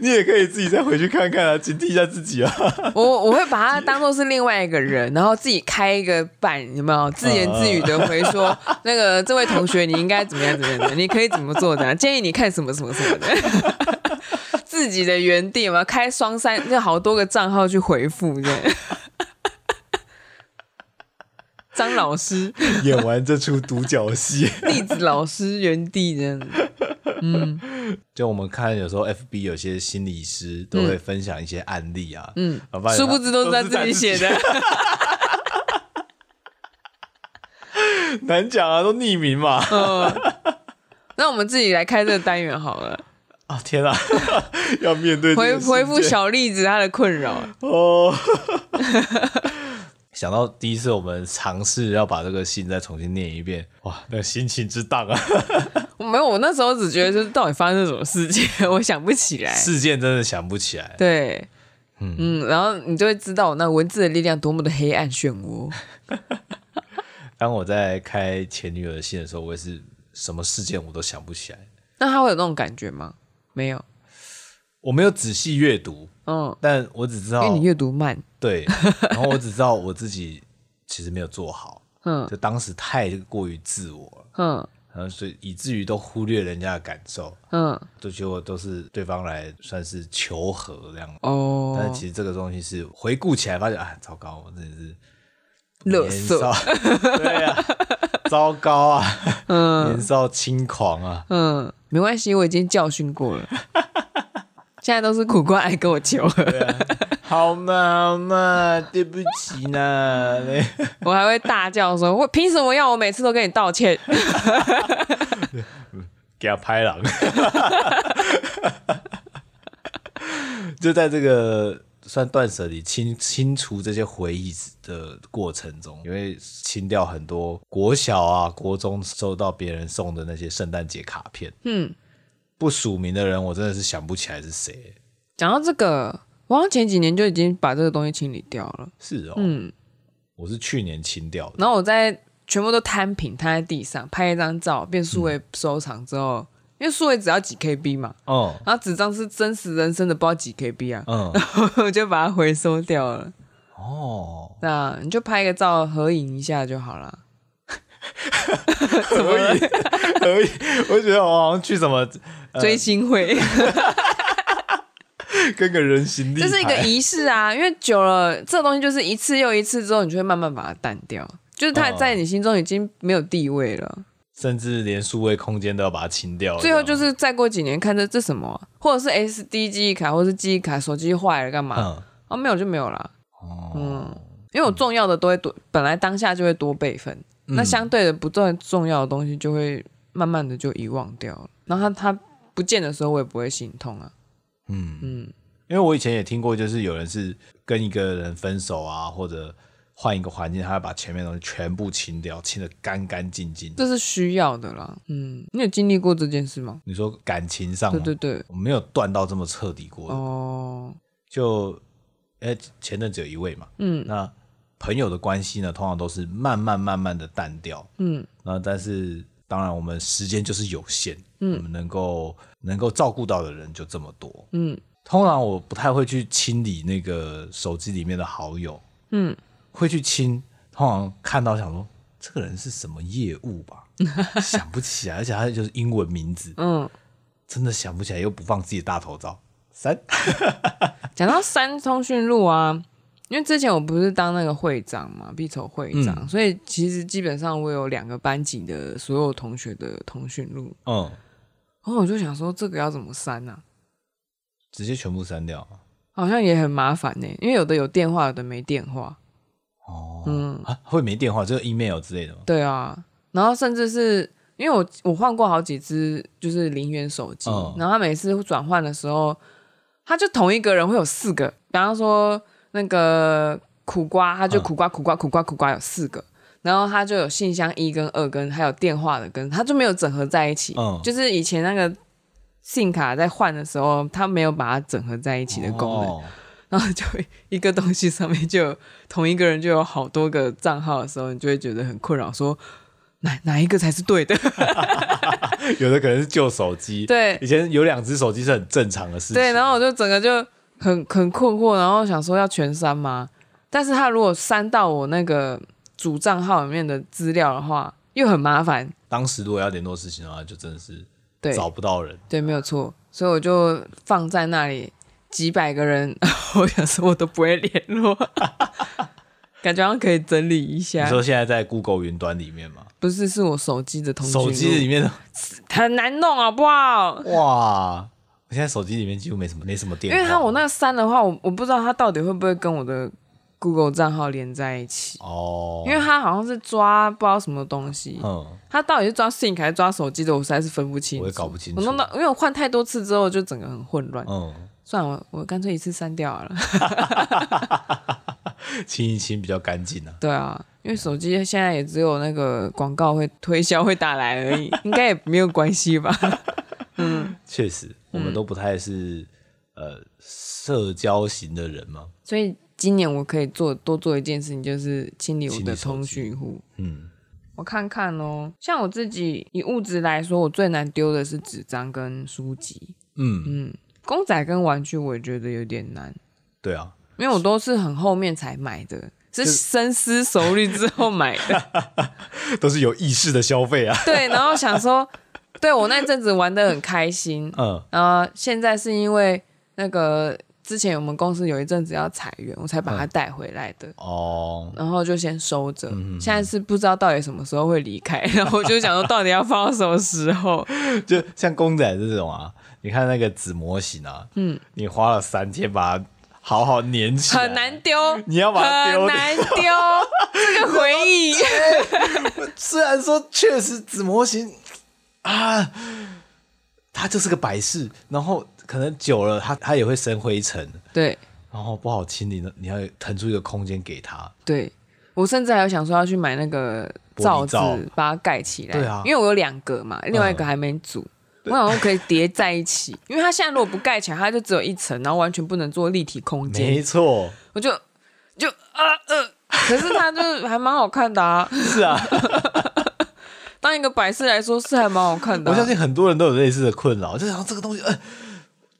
A: 你也可以自己再回去看看啊，警惕一下自己啊。
B: 我我会把它当做是另外一个人，然后自己开一个版，有没有自言自语的回
A: *laughs*
B: 说，那个这位同学你应该怎么样怎么样怎么样，你可以怎么做的，建议你看什么什么什么的。 *laughs* 自己的原地嘛，开双三就好多个账号去回复
A: *laughs*
B: 这样。张老师、 *laughs*
A: 演完这出独角戏。
B: 栗子老师原地这样子，
A: 就我们看，有时候 FB 有些心理师都会分享一些案例啊，嗯，
B: 嗯殊不知都是他自己写的，，
A: 难讲啊，都匿名嘛。
B: *laughs* 嗯那我们自己来开这个单元好了，
A: 啊天啊， *laughs* 要面对这
B: 回
A: 个
B: 回
A: 世
B: 复
A: 界
B: 小栗子她的困扰。
A: 哦。 *laughs* 想到第一次我们尝试要把这个信再重新念一遍，哇，那个心情之荡啊！
B: 我没有，我那时候只觉得就是到底发生什么事情， *laughs* 我想不起来。
A: 事件真的想不起来。
B: 对，嗯然后你就会知道那文字的力量多么的黑暗漩涡。
A: 当我在开前女友的信的时候，我也是什么事件我都想不起来，
B: 那他会有那种感觉吗？没有，
A: 我没有仔细阅读，
B: 嗯，
A: 但我只知
B: 因为
A: 道
B: 你阅读慢，
A: 对，然后我只知道我自己其实没有做好，
B: *laughs* 嗯
A: 就当时太过于自我了，
B: 嗯
A: 然后所以以至于都忽略人家的感受，
B: 嗯，
A: 就结果都是对方来算是求和这样。但
B: 哦
A: 是，其实这个东西是回顾起来发现，哎，糟糕，我真的是
B: 乐
A: 年
B: 色， *laughs*
A: 少对呀、糟糕啊，年少轻狂啊，
B: 嗯，没关系，我已经教训过了。现在都是苦瓜来跟我求和，
A: 好嘛好嘛，对不起
B: *laughs*
A: 呢，
B: 我还会大叫说：“我凭什么要我每次都跟你道歉 *laughs*
A: 给他拍狼。 *laughs* 就在这个算断舍离、清清除这些回忆的过程中，因为清掉很多国小啊、国中收到别人送的那些圣诞节卡片，嗯，不署名的人，我真的是想不起来是谁。？”
B: 讲到这个，我好像前几年就已经把这个东西清理掉了。
A: 是哦，嗯，我是去年清掉的，
B: 然后我在全部都摊平，摊在地上，拍一张照，变数位收藏之后，因为数位只要几 KB 嘛，
A: 嗯
B: 然后纸张是真实人生的，不知道几 KB 啊， *laughs*
A: 嗯，
B: 我就把它回收掉了。
A: 哦， *laughs*
B: 那你就拍个照合影一下就好了。
A: 可以 *laughs* 可以，我觉得我好像去什么
B: 追星会，
A: 跟个人形立
B: *laughs* 这是一个
A: 牌
B: 仪式啊，因为久了，这个东西就是一次又一次之后，你就会慢慢把它淡掉，就是它
A: 哦
B: 在你心中已经没有地位了。
A: 甚至连数位空间都要把它清掉了。
B: 最后就是是再过几年看这这什么啊、或者是 SD 记忆卡，或者是记忆卡手机坏了干嘛？
A: 嗯，
B: 哦，没有就没有啦。
A: 哦，
B: 因为我重要的都会多，本来当下就会多备份，
A: 嗯
B: 那相对的不重重要的东西就会慢慢的就遗忘掉了。然后它它不见的时候，我也不会心痛啊。
A: 因为我以前也听过，就是有人是跟一个人分手啊，或者换一个环境，他要把前面的东西全部清掉，清的干干净净。
B: 这是需要的啦。嗯，你有经历过这件事吗？
A: 你说感情上吗，
B: 对对对，
A: 我没有断到这么彻底过的。
B: 哦，
A: 就呃前阵子有一位嘛，
B: 嗯，
A: 那朋友的关系呢，通常都是慢慢慢慢的淡掉，
B: 嗯，
A: 那但是当然我们时间就是有限，嗯，我们能够能够照顾到的人就这么多，
B: 嗯，
A: 通常我不太会去清理那个手机里面的好友，
B: 嗯，
A: 会去清，通常看到想说这个人是什么业务吧， *laughs* 想不起来，而且他就是英文名字，
B: 嗯，
A: 真的想不起来，又不放自己的大头照，三，
B: 讲到三通讯录啊，因为之前我不是当那个会长嘛，必筹会长，所以其实基本上我有两个班级的所有同学的通讯录，
A: 嗯，
B: 然后我就想说这个要怎么删呢、
A: 直接全部删掉。
B: 好像也很麻烦呢、因为有的有电话，有的没电话。
A: 哦，
B: 嗯，
A: 啊，会没电话，就是 email 之类的吗？
B: 对啊，然后甚至是因为我我换过好几只就是零元手机，
A: 嗯
B: 然后他每次转换的时候，他就同一个人会有四个，比方说那个苦瓜，他就
A: 嗯
B: 苦瓜苦瓜苦瓜苦瓜有四个。然后他就有信箱一跟二跟，还有电话的跟，他就没有整合在一起。
A: 嗯
B: 就是以前那个信卡在换的时候，他没有把它整合在一起的功能。
A: 哦
B: 然后就会一个东西上面就有同一个人就有好多个账号的时候，你就会觉得很困扰，说哪哪一个才是对
A: *laughs*
B: 的？
A: 有的可能是旧手机，
B: 对
A: *laughs* 以前有两只手机是很正常的事情。
B: 对，然后我就整个就很很困惑，然后想说要全删吗？但是他如果删到我那个主账号里面的资料的话，又很麻烦。
A: 当时如果要联络事情的话，就真的是
B: 对
A: 找不到人。
B: 对，没有错，所以我就放在那里，几百个人，我想说我都不会联
A: *laughs*
B: 络，感觉好像可以整理一
A: 你
B: 下。
A: 说现在在 Google 云端里面吗？
B: 不是，是我手机的通讯录
A: 手机里面的
B: 很难弄，好不好？
A: 哇，我现在手机里面几乎没什么没什么电
B: 因
A: 话，
B: 为它我那删的话，我我不知道它到底会不会跟我的 Google 账号连在一起，
A: 哦，
B: 因为它好像是抓不知道什么东西，
A: 嗯，
B: 它到底是抓 sync 还是抓手机的，我实在是分不清楚。
A: 我也搞不清楚
B: 我弄到，因为我换太多次之后，就整个很混乱。
A: 嗯，
B: 算了，我我干脆一次删掉好了。 *laughs*
A: 清一清比较干净啊。
B: 对啊，因为手机现在也只有那个广告会推销会打来而
A: *laughs*
B: 已，应该也没有关系吧？
A: 确
B: 嗯
A: 实，我们都不太是、呃社交型的人嘛。
B: 所以今年我可以做多做一件事情，就是清理我
A: 清理
B: 的
A: 手
B: 通
A: 机
B: 讯户。
A: 嗯，
B: 我看看哦，像我自己以物质来说，我最难丢的是纸张跟书籍，
A: 嗯，
B: 公仔跟玩具我也觉得有点难，
A: 对啊，
B: 因为我都是很后面才买的，是深思熟虑之后买的。
A: 都是有意识的消费啊。
B: 对，然后想说，对我那阵子玩的很开心，
A: 嗯，
B: 然后现在是因为那个之前我们公司有一阵子要裁员，我才把它带回来的。
A: 哦，
B: 然后就先收着，现在是不知道到底什么时候会离开，然后我就想说到底要放到什么时候？
A: 就像公仔这种啊，你看那个纸模型啊，嗯，你花了三天把它好好粘起来，
B: 很难丢，
A: 你要把它丢
B: 很难丢这个回
A: *laughs*
B: 忆。
A: 虽然说确实纸模型啊，它就是个摆饰，然后可能久了它它也会生灰尘，
B: 对
A: 然后不好清理呢，你要腾出一个空间给它。
B: 对，我甚至还有想说要去买那个
A: 玻璃
B: 罩子
A: 罩
B: 把它盖起来，
A: 对啊嗯
B: 因为我有两个嘛，另外一个还没组。我想说可以叠在一起，因为它现在如果不盖起来，它就只有一层，然后完全不能做立体空
A: 没
B: 间。 *laughs*
A: 错，
B: 我就就啊呃，可是它就是还蛮好看的啊，
A: 是啊，
B: 当一个摆饰来说是还蛮好看的啊、
A: 我相信很多人都有类似的困扰，就想这个东西，呃，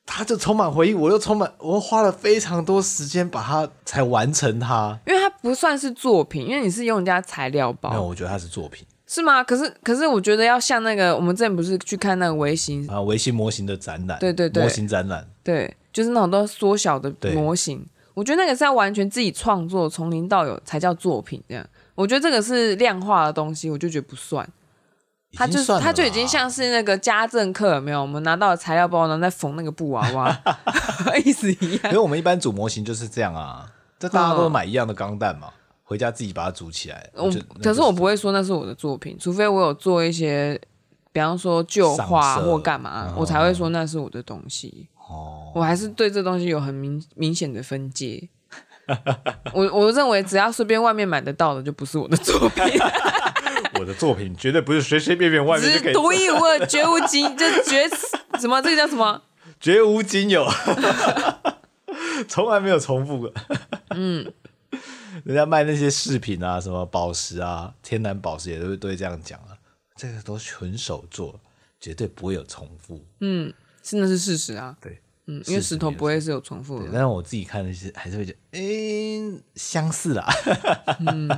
A: 它就充满回忆，我又充满，我又花了非常多时间把它才完成它。
B: 因为它不算是作品，因为你是用人家材料
A: 没有，
B: 包，
A: 我觉得它是作品
B: 是吗？可是可是我觉得要像那个，我们之前不是去看那个微型，
A: 啊，维系模型的展览，
B: 对对对
A: 模型展览，
B: 对，就是那种都缩小的
A: 对
B: 模型，我觉得那个是要完全自己创作，从零到有才叫作品这样。我觉得这个是量化的东西，我就觉得不算。它
A: 已
B: 就
A: 经算了
B: 它就已
A: 啦
B: 经像是那个家政课有没有？我们拿到的材料包，然后再缝那个布娃
A: *laughs*
B: 娃， *laughs* 意思一
A: 因
B: 样。
A: 为我们一般组模型就是这样啊，这大家都买一样的钢弹嘛，回家自己把它组起来。
B: 嗯我
A: 就
B: 可是我不会说那是我的作品，除非我有做一些，比方说旧画
A: 上色嗯
B: 或干嘛，我才会说那是我的东西。
A: 哦，
B: 我还是对这东西有很明明显的分界。 *laughs* 我我认为只要随便外面买得到的，就不是我的作品，
A: 我的作品绝对不是随随便便外
B: 只
A: 面就可
B: 是
A: 以，
B: 独一无二、绝无仅这绝什么？这个叫什么？
A: 绝无仅有， *laughs* 从来没有重复过。嗯，人家卖那些饰品啊，什么宝石啊、天然宝石也都会都会这样讲啊，这个都纯手做，绝对不会有重复。
B: 是那是事实啊，
A: 对。
B: 嗯，因为石头不会是有重复
A: 对，
B: 的。
A: 但是我自己看的是还是会觉得，诶、相似啦。嗯，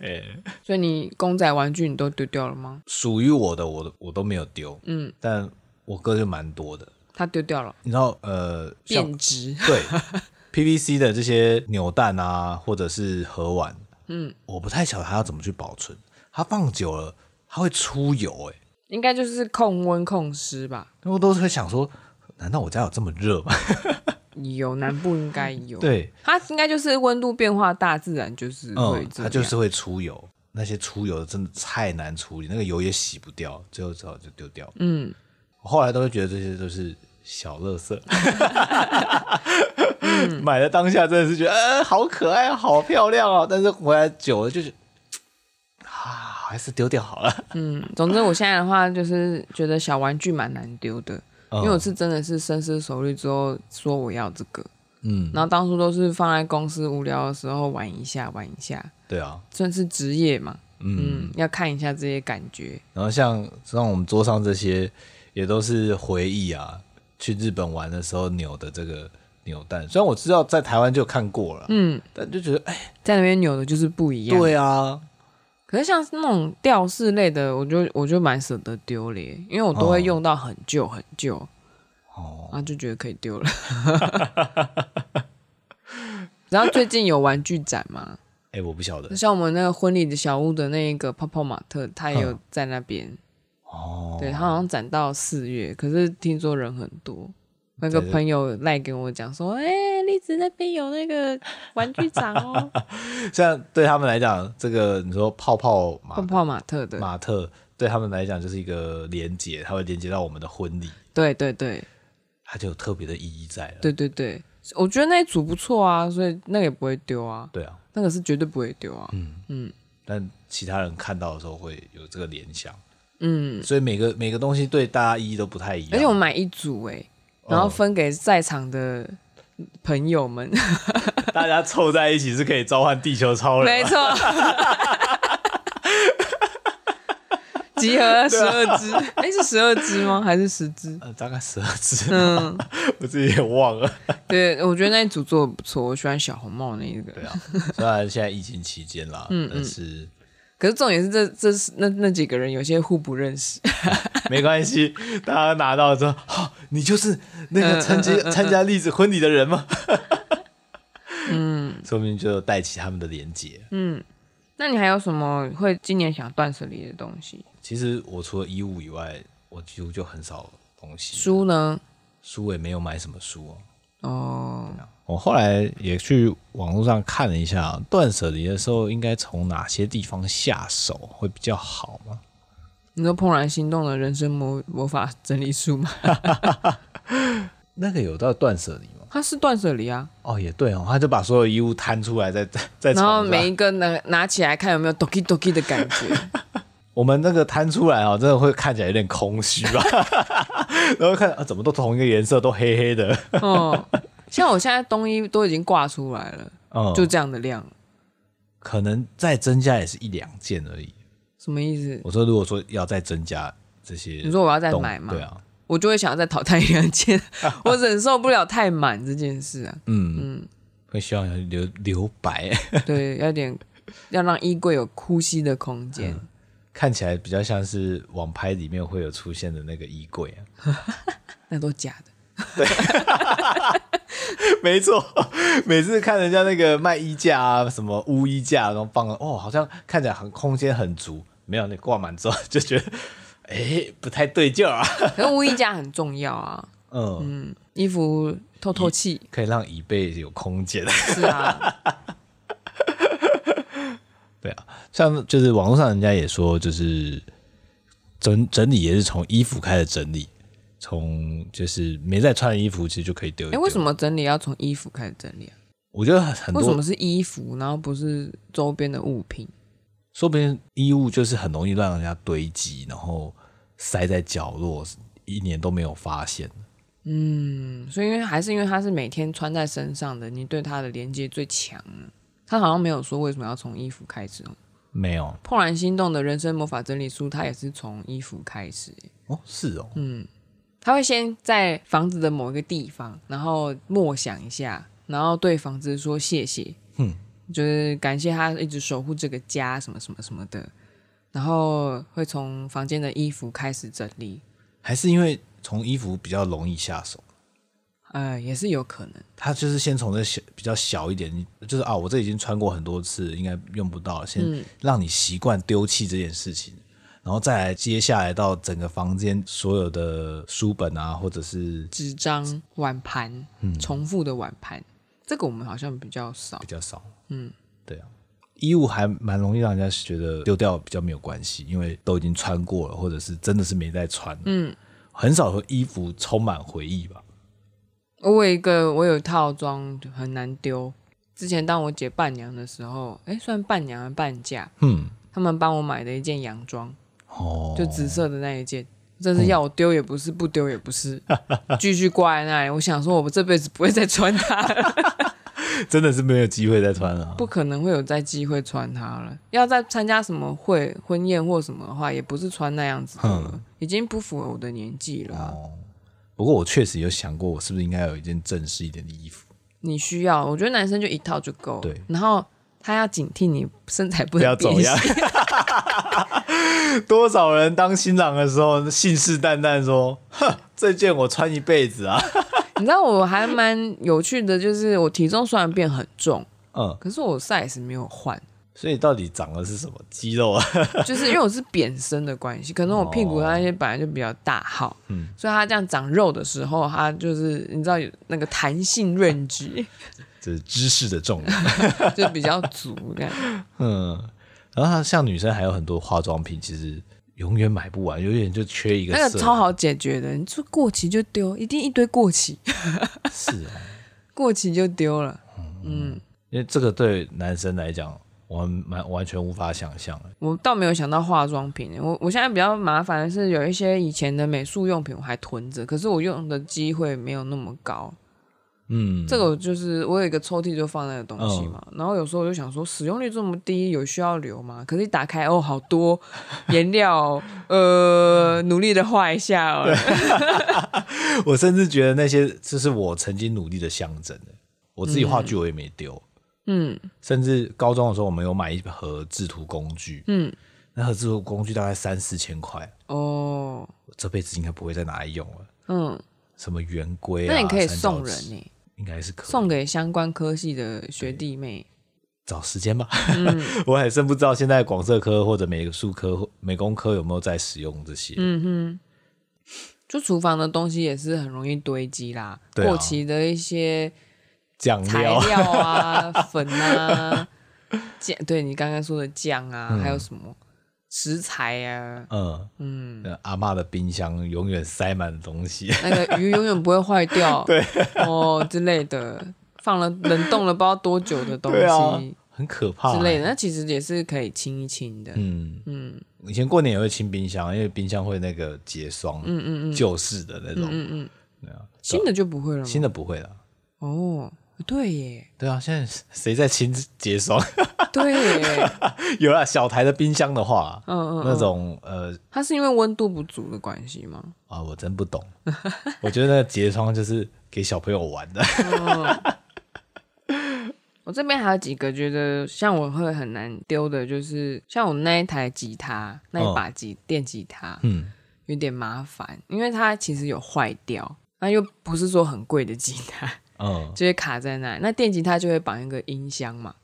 A: 诶、
B: 所以你公仔玩具你都丢掉了吗？
A: *laughs* 属于我的，我都我都没有丢，嗯，但我哥就蛮多的，
B: 他丢掉了，
A: 你知道，呃，像
B: 变质。
A: *laughs* 对 PVC 的这些扭蛋啊，或者是盒碗，嗯，我不太晓得它要怎么去保存，它放久了它会出油、欸，哎，
B: 应该就是控温控湿吧？
A: 我都会想说，难道我家有这么热吗？
B: 有南部应该
A: *laughs*
B: 有，，
A: 对，
B: 它应该就是温度变化，大自然就是会
A: 嗯，
B: 这样。
A: 它就是会出油，那些出油的真的太难处理，那个油也洗不掉，最后只好就丢掉。嗯，我后来都会觉得这些都是小垃圾。 *laughs* 买的当下真的是觉得，呃，好可爱，好漂亮哦！但是回来久了就是，啊，还是丢掉好了。
B: 嗯，总之我现在的话就是觉得小玩具蛮难丢的， *laughs*
A: 嗯
B: 因为我是真的是深思熟虑之后说我要这个，
A: 嗯，
B: 然后当初都是放在公司无聊的时候玩一下玩一下，
A: 对啊，
B: 算是职业嘛，
A: 嗯。
B: 嗯，要看一下这些感觉，
A: 然后像像我们桌上这些，也都是回忆啊，去日本玩的时候扭的这个扭蛋。虽然我知道在台湾就看过了，
B: 嗯，
A: 但就觉得，哎，
B: 在那边扭的就是不一样。
A: 对啊，
B: 可是像那种吊饰类的，我就我就蛮舍得丢嘞，因为我都会用到很旧很旧，
A: 哦，
B: 啊，就觉得可以丢了。 *laughs* 然后最近有玩具展嘛，
A: 哎、我不晓得
B: 就像我们那个婚礼的小屋的那个泡泡玛特，他也有
A: 嗯
B: 在那边，
A: 哦，
B: 对他好像展到四月，可是听说人很多。那个
A: 对对
B: 朋友赖跟我讲说，哎、栗子那边有那个玩具
A: *laughs*
B: 展哦，
A: 像对他们来讲，这个你说泡泡马
B: 泡泡玛特的，
A: 马特对他们来讲就是一个连接，它会连接到我们的婚礼，
B: 对对对
A: 它就有特别的意义在了。
B: 对对对，我觉得那一组不错啊，所以那个也不会丢啊，
A: 对啊，
B: 那个是绝对不会丢啊，
A: 但其他人看到的时候会有这个联想，
B: 嗯，
A: 所以每个每个东西对大家意义都不太一样。
B: 而且我买一组哎、然后
A: 哦
B: 分给在场的朋友们，
A: 大家凑在一起是可以召唤地球超人
B: 没
A: 吗，
B: 错，集合十二只，哎、是十二只吗？还是十只？
A: 呃，大概十二只，
B: 嗯，
A: *laughs* 我自己也忘了。
B: 对，我觉得那一组做的不错，我喜欢小红帽那一个
A: 对。啊，虽然现在疫情期间啦，
B: 嗯
A: 但是
B: 可是重点是这这是那那几个人有些互不认识，
A: *laughs* 没关系，大家拿到之后，哦，你就是那个参加、参加栗子婚礼的人吗？嗯，说明就带起他们的连结。
B: 那你还有什么会今年想断舍离的东西？
A: 其实我除了衣物以外，我几乎就很少东西，
B: 书呢？
A: 书也没有买什么书、哦。
B: 哦，
A: 我后来也去网络上看了一下，断舍离的时候应该从哪些地方下手会比较好吗？
B: 你说《怦然心动的人生魔魔法整理术》吗？ *laughs*
A: 那个有到断舍离吗？
B: 它是断舍离啊，
A: 哦，也对哦，他就把所有衣物摊出来在，在在
B: 然后
A: 床
B: 每
A: 上。
B: 一个拿拿起来看有没有 doki doki 的感觉，
A: 我们那个摊出来哦，真的会看起来有点空虚
B: *laughs*
A: 吧？然后看啊，怎么都同一个颜色，都黑黑的。
B: 哦，像我现在冬衣都已经挂出来了，
A: 嗯，
B: 就
A: 就
B: 这样的量，
A: 可能再增加也是一两件而已。
B: 什么意思？
A: 我说，如果说要再增加这些，
B: 你说我要再买吗
A: 对啊，
B: 我就会想要再淘汰一两件， *laughs* 我忍受不了太满这件事啊。
A: 嗯嗯，会希望留留白， *laughs*
B: 对，要点要让衣柜有呼吸的空间。
A: 嗯看起来比较像是网拍里面会有出现的那个衣柜
B: *laughs*
A: 啊。
B: 那都假的。
A: 没错，每次看人家那个卖衣架啊，什么乌衣架，然后放了，哦，好像看起来很空间很足，没有那挂满之后就觉得，哎、不太对劲儿啊。
B: 可是无衣架很重要啊，
A: 嗯，
B: 嗯，衣服透透气，
A: 可以让椅背有空间。 *laughs*
B: 是啊，
A: 对啊，像就是网络上人家也说，就是整整理也是从衣服开始整理，从就是没在穿的衣服其实就可以丢一
B: 哎、
A: 丢。
B: 为什？么整理要从衣服开始整理啊？
A: 我觉得很
B: 为什么
A: 多，
B: 是衣服，然后不是周边的物品？
A: 说不定衣物就是很容易让人家堆积，然后塞在角落，一年都没有发现。
B: 嗯，所以因为还是因为它是每天穿在身上的，你对它的连接最强啊。他好像没有说为什么要从衣服开始哦。
A: 没有
B: 怦然心动的人生魔法整理书，它也是从衣服开始耶。
A: 哦，是哦，
B: 嗯他会先在房子的某一个地方，然后默想一下，然后对房子说谢谢，
A: 嗯，
B: 就是感谢他一直守护这个家，什么什么什么的。然后会从房间的衣服开始整理，
A: 还是因为从衣服比较容易下手。
B: 呃，也是有可能。
A: 他就是先从这小比较小一点，就是啊，我这已经穿过很多次，应该用不到了，先让你习惯丢弃这件事情，然后再来接下来到整个房间所有的书本啊，或者是比
B: 纸张、碗盘，重复的碗盘，这个我们好像比较少。
A: 较少，嗯，对啊，衣物还蛮容易让人家觉得丢掉比较没有关系，因为都已经穿过了，或者是真的是没再穿，嗯，很少和衣服充满回忆吧，
B: 我有一个，我有一套装很难丢。之前当我姐伴娘的时候，哎，算伴娘还伴嫁，
A: 嗯，
B: 他们帮我买的一件洋装，
A: 哦， *laughs*
B: 就紫色的那一件，真是要我丢也不是，不丢也不是，继续挂在那里。我想说，我这辈子不会再穿它了， *laughs*
A: 真的是没有机会再穿了、
B: 不可能会有再机会穿它了。要再参加什么会、婚宴或什么的话，也不是穿那样子的了，已经不符合我的年纪了啊、
A: 哦，不过我确实有想过，我是不是应该有一件正式一点的衣服，
B: 你需要，我觉得男生就一套就够。
A: 对
B: 然后他要警惕你身材不
A: 不要
B: 能
A: 走
B: 变
A: 样
B: 形。
A: *laughs* 多少人当新郎的时候信誓旦旦说：“哼，这件我穿一辈子啊。
B: *laughs* 你知道我还蛮有趣的，就是我体重虽然变很重，”
A: 嗯，
B: 可是我 size 没有
A: *laughs*
B: 换，
A: 所以到底长的是什么肌肉啊？ *laughs*
B: 就是因为我是扁身的关系，可能我屁股那些本来就比较大号，
A: 嗯
B: 所以它这样长肉的时候，它就是你知道有那个弹性
A: *laughs*
B: range
A: 这是知识的重量。
B: 就比较足这样。
A: 嗯，然后它像女生还有很多化妆品，其实永远买不完，永远就缺一个色。
B: 那个超好解决的，你说过期就丢，一定一堆过期，
A: 是啊， *laughs*
B: 过期就丢了。
A: 因为这个对男生来讲，我们蛮完全无法想象。
B: 我倒没有想到化妆品，我我现在比较麻烦的是有一些以前的美术用品我还囤着，可是我用的机会没有那么高。
A: 嗯，
B: 这个我就是我有一个抽屉就放那个东西嘛，然后有时候我就想说使用率这么低，有需要留吗？可是一打开哦，好多颜料， *laughs* 呃，努力的画一下哦。
A: 我甚至觉得那些就是我曾经努力的象征。欸我自己画具我也没丢，
B: *laughs* 嗯
A: 甚至高中的时候，我们有买一盒制图工具，
B: 嗯，
A: 那盒制图工具大概三四千块，
B: 哦，
A: 我这辈子应该不会再拿来用了。
B: 嗯，
A: 什么圆规、啊，
B: 那你可以
A: 三角
B: 送人
A: 尺
B: 呢、
A: 应该是可以
B: 送给相关科系的学弟妹。
A: 找时间吧。
B: 嗯
A: *laughs* 我还真不知道现在广设科或者美术科、或美工科有没有在使用这些。
B: 嗯哼，就厨房的东西也是很容易堆积啦，
A: 对啊
B: 过期的一些
A: 酱
B: 材
A: 料，*laughs*
B: 料啊、粉啊、酱，对你刚刚说的酱啊，还有什么食材啊，
A: 嗯嗯，那阿嬷的冰箱永远塞满东西。 *laughs*
B: 那个鱼永远不会坏掉，对哦之类的，放了冷冻了不知道多久的东
A: 对啊
B: 西，
A: 很可怕、
B: 之类的，那其实也是可以清一清的。
A: 嗯嗯，以前过年也会清冰箱，因为冰箱会那个结霜，嗯嗯嗯，旧式的那种，嗯嗯对啊，
B: 新的就不会了吗
A: 新？的不会了。
B: 哦，对耶，
A: 对啊，现在谁在清结霜？ *laughs*
B: 对耶，
A: 有啦，小台的冰箱的话，
B: 嗯嗯
A: 那种呃
B: 它是因为温度不足的关系吗？
A: 啊，我真不懂。 *laughs* 我觉得那个结霜就是给小朋友玩的。 *laughs*
B: 我这边还有几个觉得像我会很难丢的，就是像我那一台吉他，那
A: 哦
B: 一把吉、电吉他
A: 嗯，
B: 有点麻烦，因为它其实有坏掉，那又不是说很贵的吉他，
A: 嗯，
B: 就会卡在那里。那电吉他就会绑一个音箱嘛，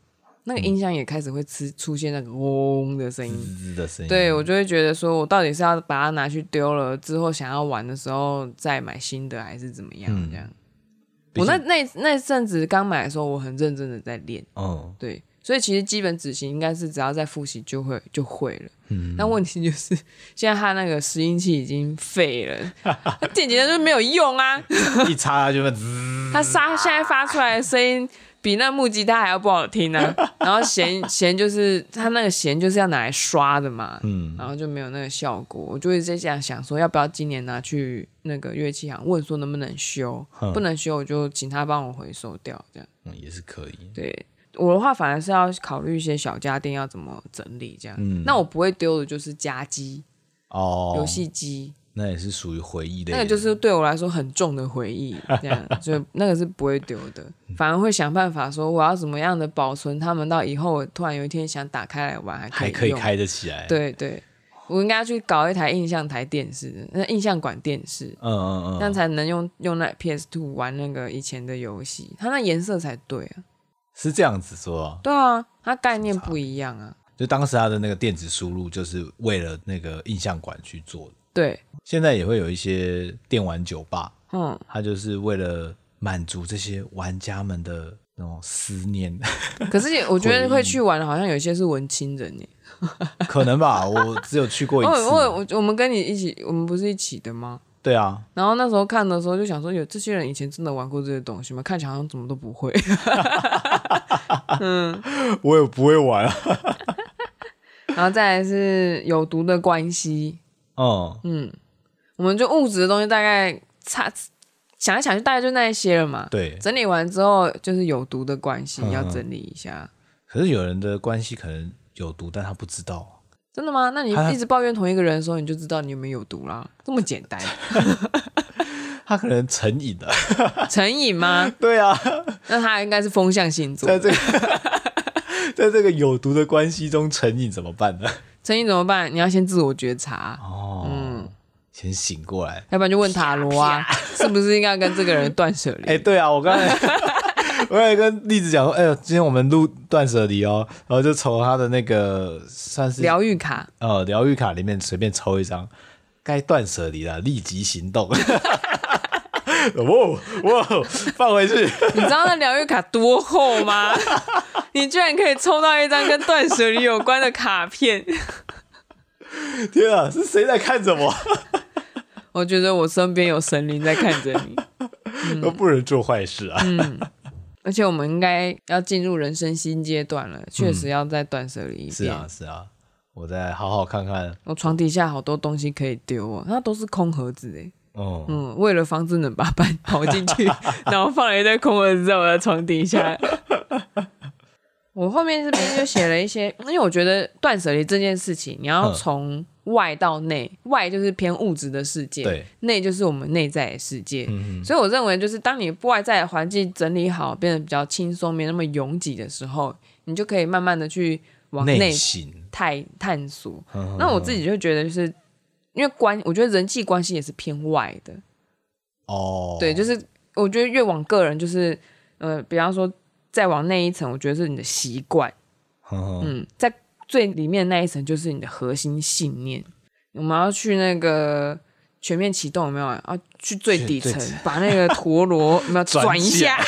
B: 那个
A: 嗯
B: 音箱也开始会出出现那个嗡的声音。
A: 滋滋的声音。
B: 对，我就会觉得说，我到底是要把它拿去丢了，之后想要玩的时候再买新的，还是怎么样？
A: 嗯
B: 这样，
A: 毕
B: 我那
A: 竟
B: 那那阵子刚买的时候，我很认真的在练，
A: 嗯
B: 对，所以其实基本执行应该是只要在复习就会就会了。
A: 嗯
B: 但问题就是，现在它那个拾音器已经废了，它电吉他就没有用啊。
A: 一插就会滋，
B: *laughs* 它沙现在发出来的声音比那木吉他还要不好听呢、啊然后弦弦就是它那个弦就是要拿来刷的嘛，
A: 嗯
B: 然后就没有那个效果。我就一直在这样想说，要不要今年拿去那个乐器行问说能不能修
A: 嗯，
B: 不能修我就请他帮我回收掉这样。
A: 嗯也是可以。
B: 对我的话，反而是要考虑一些小家电要怎么整理这样。那我不会丢的就是家机、
A: 嗯哦，
B: 游戏机，
A: 那也是属于回忆类的，
B: 那个就是对我来说很重的回忆，这样，所以那个是不会丢
A: *laughs*
B: 的，反而会想办法说我要怎么样的保存它们，到以后我突然有一天想打开来玩，还可
A: 还
B: 以
A: 可以
B: 用。
A: 开得起来。，
B: 对对，我应该去搞一台印象台电视，那印象馆电视，
A: 嗯嗯
B: 这
A: 嗯，
B: 样才能用用那 PS Two 玩那个以前的游戏，它那颜色才对啊。
A: 是这样子说啊。
B: 对啊，它概念不一样啊。
A: 就当时他的那个电子输入，就是为了那个印象馆去做的。
B: 对，
A: 现在也会有一些电玩酒吧，
B: 嗯，
A: 它就是为了满足这些玩家们的那种思念， *laughs*
B: 可是也我觉得
A: 回忆
B: 会去玩的，好像有些是文青人耶。
A: 可能吧。我只有去过一
B: 哦，
A: 次，
B: *laughs* 我我我们跟你一起，我们不是一起的吗？
A: 对啊，
B: 然后那时候看的时候就想说，有这些人以前真的玩过这些东西吗？看起来好像怎么都不
A: *laughs*
B: 会。
A: 我也不会玩啊。
B: 然后再来是有毒的关系，
A: 嗯，
B: 我们就物质的东西大概差想来想去，大概就那一些了嘛。
A: 对。
B: 整理完之后就是有毒的关系
A: 嗯
B: 要整理一下，
A: 可是有人的关系可能有毒，但他不知道。
B: 真的吗？那你
A: 他
B: 一直抱怨同一个人的时候，你就知道你有没有有毒啦，这么简单，
A: 他可能成瘾了，
B: 成瘾吗？
A: *laughs* 对啊，
B: 那他应该是风象星座
A: 在，这个 *laughs* 在这个有毒的关系中成瘾怎么办呢？
B: 成瘾怎么办？你要先自我觉察，
A: 哦，
B: 嗯
A: 先醒过来。
B: 要不然就问塔罗啊，是不是应该要跟这个人断舍
A: 哎、
B: 离？
A: 对啊，我刚
B: *laughs*
A: 才我也跟栗子讲说，哎、呦，今天我们录断舍离哦，然后就从他的那个算是
B: 疗愈卡，
A: 呃疗愈卡里面随便抽一张，该断舍离了，立即行动。 *laughs* 哇哇，哦放回去。
B: 你知道那疗愈卡多
A: *laughs*
B: 厚吗？你居然可以抽到一张跟断舍离有关的卡片，
A: 天啊，是谁在看着我？
B: 我觉得我身边有神灵在看着你，嗯
A: 都不能做坏事啊！
B: 而且我们应该要进入人生新阶段了，确实要再断舍离
A: 嗯
B: 一遍。
A: 是啊，是啊，我再好好看看。
B: 我床底下好多东西可以丢哦，那都是空盒子哎。
A: 嗯，
B: 嗯，为了防止冷巴板跑
A: *laughs*
B: 进去，然后放了一堆空盒子在我的床底下。我后面这边就写了一些，因为我觉得断舍离这件事情，你要
A: 嗯
B: 从外到内，外就是偏物质的世界，
A: 对，嗯
B: 内就是我们内在的世界。所以我认为，就是当你外在的环境整理好，变得比较轻松，没那么拥挤的时候，你就可以慢慢的去往
A: 内
B: 内
A: 省。
B: 探探索。
A: 嗯
B: 那我自己就觉得，就是因为关，我觉得人际关系也是偏外的，
A: 哦，
B: 对，就是我觉得越往个人，就是呃，比方说再往那一层，我觉得是你的习惯，
A: 嗯
B: 嗯，在最里面那一层就是你的核心信念。我们要去那个全面启动，有没有？要去最底层
A: 去最底，
B: 把那个
A: *laughs*
B: 陀螺有没有
A: 转
B: 转一下？ *laughs*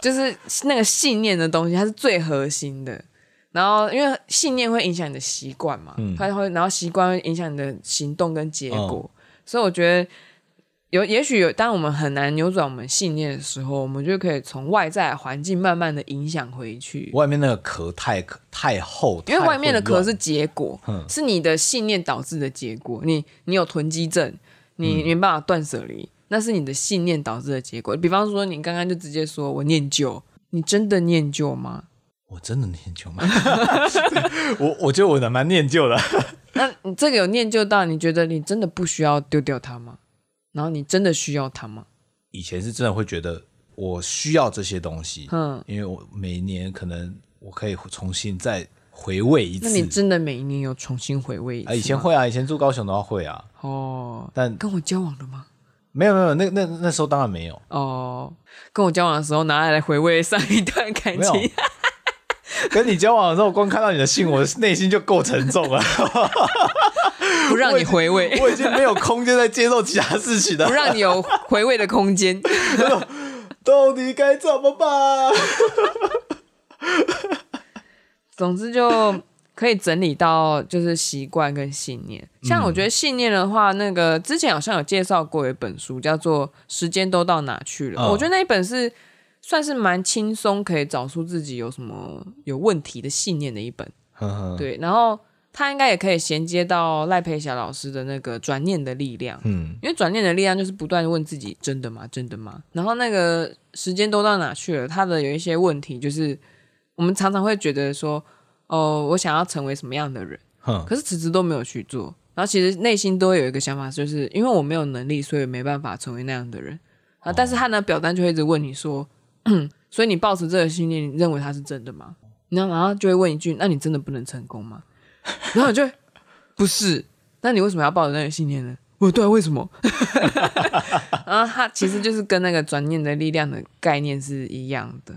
B: 就是那个信念的东西，它是最核心的。然后，因为信念会影响你的习惯嘛，
A: 嗯
B: 它会，然后习惯会影响你的行动跟结
A: 哦
B: 果。所以我觉得有，也许有，当我们很难扭转我们信念的时候，我们就可以从外在的环境慢慢的影响回去。
A: 外面那个壳太太厚，
B: 因为
A: 太
B: 外面的
A: 混
B: 壳
A: 乱
B: 是结果，是你的信念导致的结果。你你有囤积症，你
A: 嗯
B: 你没办法断舍离，那是你的信念导致的结果。比方说，你刚刚就直接说我念旧，你真的念旧吗？
A: 我真的念旧吗？ *laughs* 我我觉得我的蛮念旧的。
B: 那你这个有念旧到你觉得你真的不需要丢掉它吗？然后你真的需要它吗？
A: 以前是真的会觉得我需要这些东西，
B: 嗯，
A: 因为我每年可能我可以重新再回味一
B: 那你
A: 次。
B: 真的每一年有重新回味一次
A: 啊，
B: 吗？
A: 以前会啊，以前住高雄的话会啊，
B: 哦，
A: 但
B: 跟我交往了吗？
A: 没有没有，那那那时候当然没有，
B: 哦，跟我交往的时候拿来回味上一段感
A: 没有
B: 情。
A: 跟你交往的时候，光看到你的
B: *laughs*
A: 信，我的内心就够沉重了，
B: 不让你回味，
A: 我已经没有空间再接受其他事情
B: 不
A: 了。
B: 让你有回味的空 *laughs* 间。
A: 到底该怎么办？ *laughs*
B: 总之就可以整理到就是习惯跟信念。像我觉得信念的话，那个之前好像有介绍过一本书，叫做《时间都到哪去了》。
A: 嗯
B: 我觉得那一本是算是蛮轻松，可以找出自己有什么有问题的信念的一本。对，然后它应该也可以衔接到赖佩霞老师的那个转念的力量。
A: 嗯，
B: 因为转念的力量就是不断地问自己：真的吗？真的吗？然后那个时间都到哪去了？他的有一些问题，就是我们常常会觉得说：哦，我想要成为什么样的人，
A: 哼，
B: 可是迟迟都没有去做。然后其实内心都会有一个想法，就是因为我没有能力，所以没办法成为那样的人啊。
A: 哦
B: 但是他呢，表单就会一直问你说： *clears throat* 所以你抱持这个信念，你认为它是真的吗？然后然后就会问一句：那你真的不能成功吗？ *laughs* 然后你就会不是，那你为什么要抱着那个信念呢？我对啊、为什么？ *laughs* 然后它其实就是跟那个转念的力量的概念是一样的。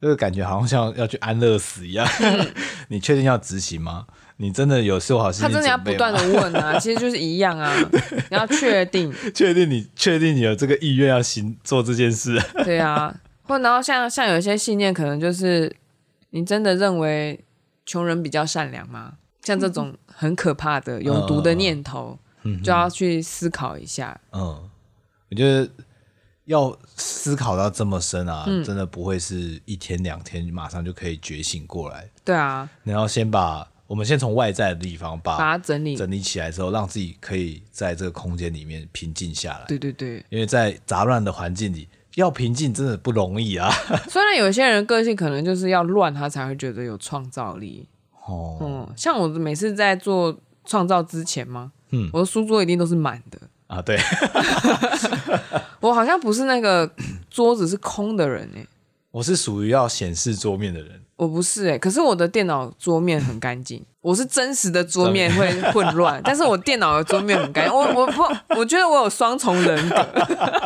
A: 这个感觉好像像要去安乐死一样。
B: 嗯
A: *laughs* 你确定要执行吗？你真的有做好心
B: 他
A: 理
B: 真的要
A: 准
B: 不
A: 备
B: 断
A: 吗？
B: 的问啊，
A: *laughs*
B: 其实就是一样啊，你要确定，
A: 确定你确定你有这个意愿要行做这件事？
B: 对啊。或然后像像有一些信念，可能就是你真的认为穷人比较善良吗？像这种很可怕的有毒的念头，就要去思考一下。
A: 嗯，我觉得要思考到这么深啊，
B: 嗯
A: 真的不会是一天两天马上就可以觉醒过来。
B: 对啊，
A: 你要先把我们先从外在的地方把
B: 把它整理。
A: 整理起来之后，让自己可以在这个空间里面平静下来。
B: 对对对，
A: 因为在杂乱的环境里，要平静真的不容易啊。
B: 虽然有些人个性可能就是要乱，他才会觉得有创造力。
A: 哦，
B: 嗯，像我每次在做创造之前嘛，
A: 嗯
B: 我的书桌一定都是满的。
A: 啊，对，
B: 我好像不是那个 *coughs* 桌子是空的人哎、
A: 我是属于要显示桌面的人，
B: 我不是哎、可是我的电脑桌面很干净，我是真实的桌面会混乱，但是我电脑的桌面很干净。我我不，我觉得我有双重人格，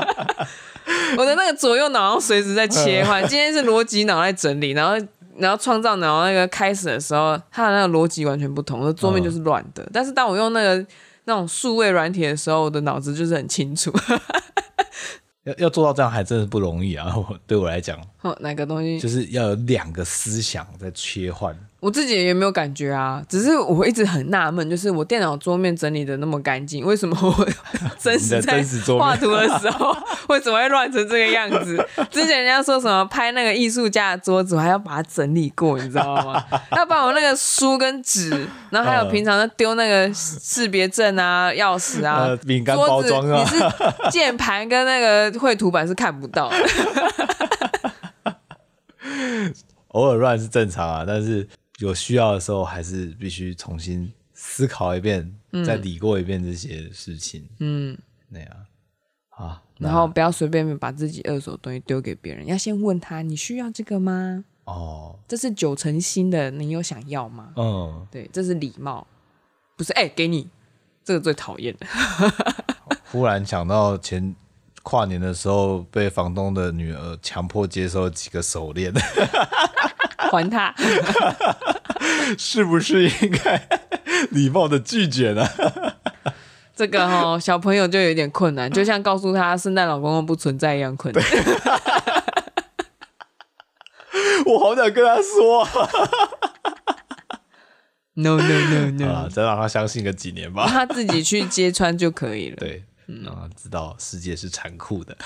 B: *laughs* 我的那个左右脑好像随时在切换。今天是逻辑脑在整理，然后然后创造脑那个开始的时候，它的那个逻辑完全不同，我的桌面就是乱的。但是当我用那个那种数位软体的时候，我的脑子就是很清楚。 *laughs*
A: 要要做到这样还真的不容易啊！ *laughs* 我对我来讲，
B: 哦，哪个东西
A: 就是要有两个思想在切换。
B: 我自己也没有感觉啊，只是我一直很纳闷，就是我电脑桌面整理的那么干净，为什么我 *laughs* 真实
A: 你的
B: 在
A: 真实桌面
B: 画图的时候，为什么会乱成这个样子？之前人家说什么拍那个艺术家的桌子，我还要把它整理过，你知道吗？要把我那个书跟纸，然后还有
A: 嗯
B: 平常的丢那个识别证啊、钥匙啊、
A: 呃饼干包装啊
B: 桌子你是键盘跟那个绘图板是看不到的。
A: 偶尔乱是正常啊，但是有需要的时候还是必须重新思考一遍，再理过一遍这些事情。嗯，那样啊， *laughs* 那
B: 然后不要随便把自己二手的东西丢给别人，要先问他你需要这个吗？
A: 哦，
B: 这是九成新的，你有想要吗？
A: 嗯，
B: 对，这是礼貌，不是哎、给你，这个最讨厌 *laughs* 的。
A: 忽然想到前跨年的时候被房东的女儿强迫接收几个手链， *laughs*
B: 还他，
A: 是不是应该 *laughs* 礼貌的拒绝呢？
B: 这个哦，小朋友就有点困难，就像告诉他圣诞老公公不存在一样困难。
A: *laughs* 我好想跟他说啊
B: No no no
A: 好啦
B: no，
A: 啊再让他相信个几年吧。
B: *laughs* 他自己去揭穿就可以了。
A: 对，
B: 嗯
A: 让他知道世界是残酷的。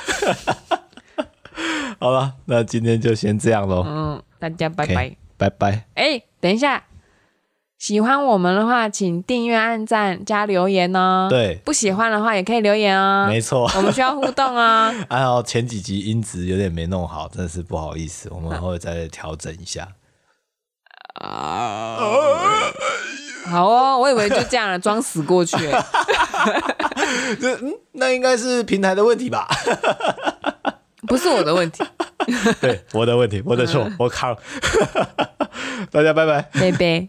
A: *laughs* 好了，那今天就先这样喽，
B: 嗯，大家拜
A: OK，
B: 拜。
A: 拜拜。
B: 哎、等一下，喜欢我们的话，请订阅、按赞、加留言哦。
A: 对，
B: 不喜欢的话也可以留言哦。
A: 没错。 *laughs*
B: 我们需要互动啊。
A: 还好前几集音质有点没弄好，真的是不好意思，
B: 嗯
A: 我们会再调整一下。
B: 好哦，我以为就这样了，装死过去。
A: 这嗯，那应该是平台的问题吧？
B: *laughs* 不是我的问题，嗯
A: *laughs* 对，我的问题，我的错，我扛。大家拜拜。
B: *laughs* 贝贝。